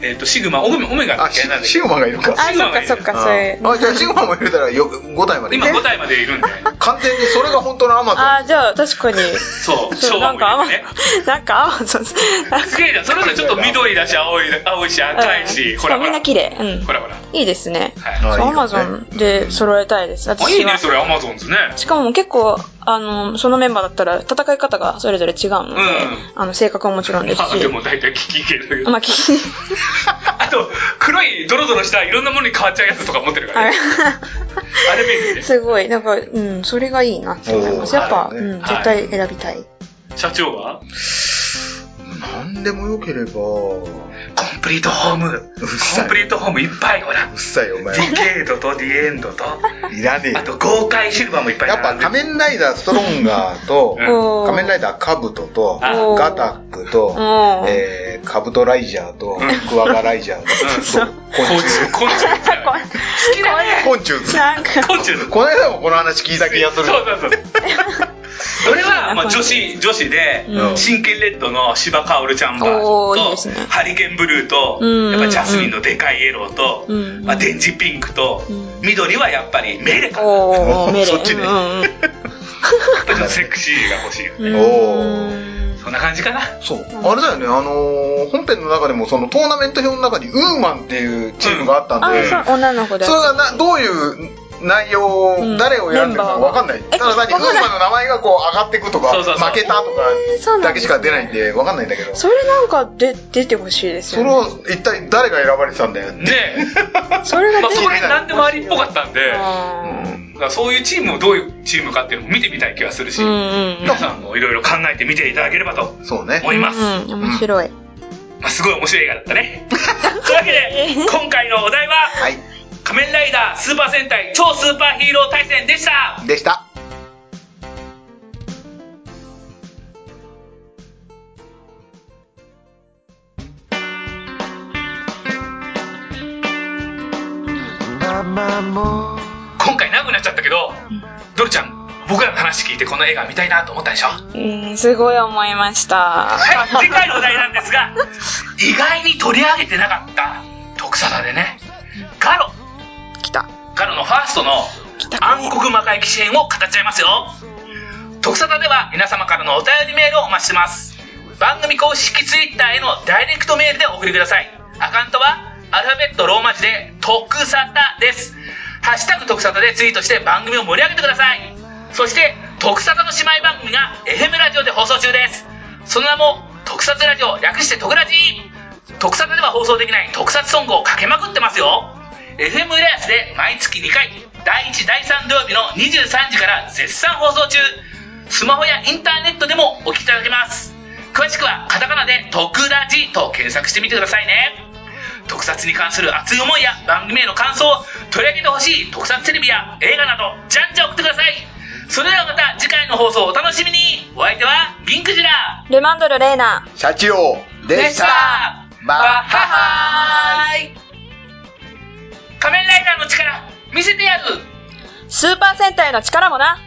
[SPEAKER 3] えっ、とシグマオメオメガだ
[SPEAKER 2] あ、
[SPEAKER 3] っけ
[SPEAKER 2] シ
[SPEAKER 3] なんだっ
[SPEAKER 2] シ
[SPEAKER 3] け
[SPEAKER 2] グマがいるか。
[SPEAKER 1] あそっかそっかそれ
[SPEAKER 2] あ、じゃあシグマも入れたらよ5体までい
[SPEAKER 3] 今
[SPEAKER 2] け
[SPEAKER 3] 5体までいるんで
[SPEAKER 2] 完全にそれが本当のアマゾン。
[SPEAKER 1] あじゃあ確かに
[SPEAKER 3] そ
[SPEAKER 1] *laughs*
[SPEAKER 3] う
[SPEAKER 1] そ
[SPEAKER 3] 昭
[SPEAKER 1] うな
[SPEAKER 3] 和
[SPEAKER 1] ん
[SPEAKER 3] も
[SPEAKER 1] かア
[SPEAKER 3] *laughs*
[SPEAKER 1] マ
[SPEAKER 3] いるね
[SPEAKER 1] なんかアマゾン
[SPEAKER 3] すげえなそれぞれちょっと緑だし青い青いし赤いし、
[SPEAKER 1] うん
[SPEAKER 3] ほ
[SPEAKER 1] しかも
[SPEAKER 3] らほ
[SPEAKER 1] みん
[SPEAKER 3] ら
[SPEAKER 1] な綺麗うん
[SPEAKER 3] ほらほら
[SPEAKER 1] いいですね
[SPEAKER 3] はい
[SPEAKER 2] あいい
[SPEAKER 1] ア
[SPEAKER 2] よね
[SPEAKER 1] マゾンで揃えたいです
[SPEAKER 3] あいい
[SPEAKER 1] 私
[SPEAKER 3] ね
[SPEAKER 1] は
[SPEAKER 3] それアマゾンズね
[SPEAKER 1] しかも結構、あの、そのメンバーだったら戦い方がそれぞれ違うので、
[SPEAKER 3] ん
[SPEAKER 1] あの、性格ももちろんです
[SPEAKER 3] まあ
[SPEAKER 1] し
[SPEAKER 3] で、も大体聞き入れる
[SPEAKER 1] まあ、聞き、
[SPEAKER 3] あと黒いドロドロしたいろんなものに変わっちゃうやつとか持ってるから、 *laughs*
[SPEAKER 1] あ
[SPEAKER 3] ね、あれ便利です
[SPEAKER 1] すごい、なんか、うん、それがいいなって思います。
[SPEAKER 2] おー
[SPEAKER 1] やっぱ、
[SPEAKER 2] はい
[SPEAKER 1] うん、
[SPEAKER 3] はい
[SPEAKER 1] 絶対選びたい。
[SPEAKER 3] 社長は
[SPEAKER 2] なんでもよければ、う
[SPEAKER 3] コンプリートホームコ
[SPEAKER 2] っさ
[SPEAKER 3] ン
[SPEAKER 2] い
[SPEAKER 3] プ。リートホームいっぱいほら
[SPEAKER 2] うっさいよ、お前
[SPEAKER 3] デ。ィケードとディエンドと
[SPEAKER 2] いらねえよ
[SPEAKER 3] あと豪快シルバーもいっぱい
[SPEAKER 2] やっぱ
[SPEAKER 3] 並んでる
[SPEAKER 2] 仮面ライダーストロンガーと、
[SPEAKER 3] うん
[SPEAKER 1] おー
[SPEAKER 2] 仮面ライダーカブトと、
[SPEAKER 3] あ
[SPEAKER 2] ガタックと
[SPEAKER 1] お、ー
[SPEAKER 2] えー、カブトライジャーと
[SPEAKER 3] ん、
[SPEAKER 2] クワガライジャー
[SPEAKER 3] う
[SPEAKER 2] と、昆
[SPEAKER 3] *laughs* 昆
[SPEAKER 2] 虫。
[SPEAKER 3] 虫昆虫
[SPEAKER 1] こ
[SPEAKER 3] 好きだね
[SPEAKER 2] 昆虫。
[SPEAKER 1] *laughs* なんか、
[SPEAKER 3] 昆虫の
[SPEAKER 2] この間もこの話聞いた気がする。
[SPEAKER 3] そうそうそう
[SPEAKER 1] *laughs*
[SPEAKER 3] 俺は、まあ、女子女子で、
[SPEAKER 1] うん
[SPEAKER 3] 真剣レッドの芝香織ちゃんバージョン
[SPEAKER 1] お
[SPEAKER 3] と
[SPEAKER 1] ーいいですね
[SPEAKER 3] ハリケーンブルーと、
[SPEAKER 1] うん
[SPEAKER 3] やっぱジャスミンのでかいイエローと、
[SPEAKER 1] うん
[SPEAKER 3] まあ、デンジピンクと、
[SPEAKER 1] うん
[SPEAKER 3] 緑はやっぱりメレかなやっ
[SPEAKER 1] おー、メレ。
[SPEAKER 2] *laughs* そっちね
[SPEAKER 1] うんうん
[SPEAKER 3] ぱりちょっとセクシーが欲しいよ
[SPEAKER 1] う
[SPEAKER 3] ね、
[SPEAKER 1] ん。
[SPEAKER 2] お
[SPEAKER 1] ー。
[SPEAKER 3] そんな感じかな
[SPEAKER 2] そう。あれだよね、あのー、本編の中でもそのトーナメント表の中にウーマンっていうチームがあったんで、
[SPEAKER 1] あ、そう、女の子で。
[SPEAKER 2] それがなどういう内容、
[SPEAKER 1] うん
[SPEAKER 2] 誰を選んでるか分かんない、
[SPEAKER 1] え
[SPEAKER 2] ただ何
[SPEAKER 1] わ
[SPEAKER 2] ウ
[SPEAKER 1] かん
[SPEAKER 2] ー
[SPEAKER 1] ない
[SPEAKER 2] マンの名前がこう上がっていくとか
[SPEAKER 3] そうそうそう
[SPEAKER 2] 負けたと
[SPEAKER 1] えーそう
[SPEAKER 2] か
[SPEAKER 1] なんですね
[SPEAKER 2] だけしか出ないんで分かんないんだけど、
[SPEAKER 1] それなんかで出てほしいです
[SPEAKER 2] そ
[SPEAKER 1] よ
[SPEAKER 2] れ
[SPEAKER 1] ね。
[SPEAKER 2] を一体誰が選ばれてたんだよって、
[SPEAKER 3] ね
[SPEAKER 1] それ
[SPEAKER 3] え、ま
[SPEAKER 1] が
[SPEAKER 3] あ、
[SPEAKER 1] 出
[SPEAKER 3] そ
[SPEAKER 1] て
[SPEAKER 3] こら辺何でもありっぽかったんで
[SPEAKER 1] あ
[SPEAKER 3] だからそういうチームをどういうチームかっていうのも見てみたい気がするし、
[SPEAKER 1] ーうんうんうん。
[SPEAKER 3] 皆さんもいろいろ考えてみていただければと
[SPEAKER 2] そうね
[SPEAKER 3] 思います、
[SPEAKER 1] うん、面白い。
[SPEAKER 3] まあ、すごい面白い映画だったねというわけで今回のお題は
[SPEAKER 2] はい
[SPEAKER 3] 仮面ライダースーパー戦隊超スーパーヒーロー対戦でした
[SPEAKER 2] でした
[SPEAKER 3] 今回長くなっちゃったけど、ドルちゃん僕らの話聞いてこの映画見たいなと思ったでしょは
[SPEAKER 1] うん、すごい思いました。
[SPEAKER 3] い次回のお題なんですが意外に取り上げてなかった特撮でねガロ
[SPEAKER 1] 来た。
[SPEAKER 3] ガロのファーストの暗黒魔界騎士編を語っちゃいますよ特撮では皆様からのお便りメールをお待ちしてます番組公式 Twitter へのダイレクトメールでお送りくださいアカウントはアルファベットローマ字で「特撮」です「ハッシュタグ特撮」でツイートして番組を盛り上げてくださいそして特撮の姉妹番組が FM ラジオで放送中ですその名も「特撮ラジオ」略して「特ラジ」特撮では放送できない特撮ソングをかけまくってますよ FM 浦安で毎月2回第1第3土曜日の23時から絶賛放送中スマホやインターネットでもお聞きいただけます詳しくはカタカナで「トクラジ」と検索してみてくださいね特撮に関する熱い思いや番組への感想を取り上げてほしい特撮テレビや映画などじゃんじゃん送ってくださいそれではまた次回の放送をお楽しみにお相手は銀クジラ
[SPEAKER 1] ルマンドル・レーナ
[SPEAKER 2] 社長でした
[SPEAKER 3] バ
[SPEAKER 2] バッ
[SPEAKER 3] ッ
[SPEAKER 2] ハ
[SPEAKER 3] ハハーイ仮面ライダーの力見せてやる
[SPEAKER 1] スーパー戦隊の力もな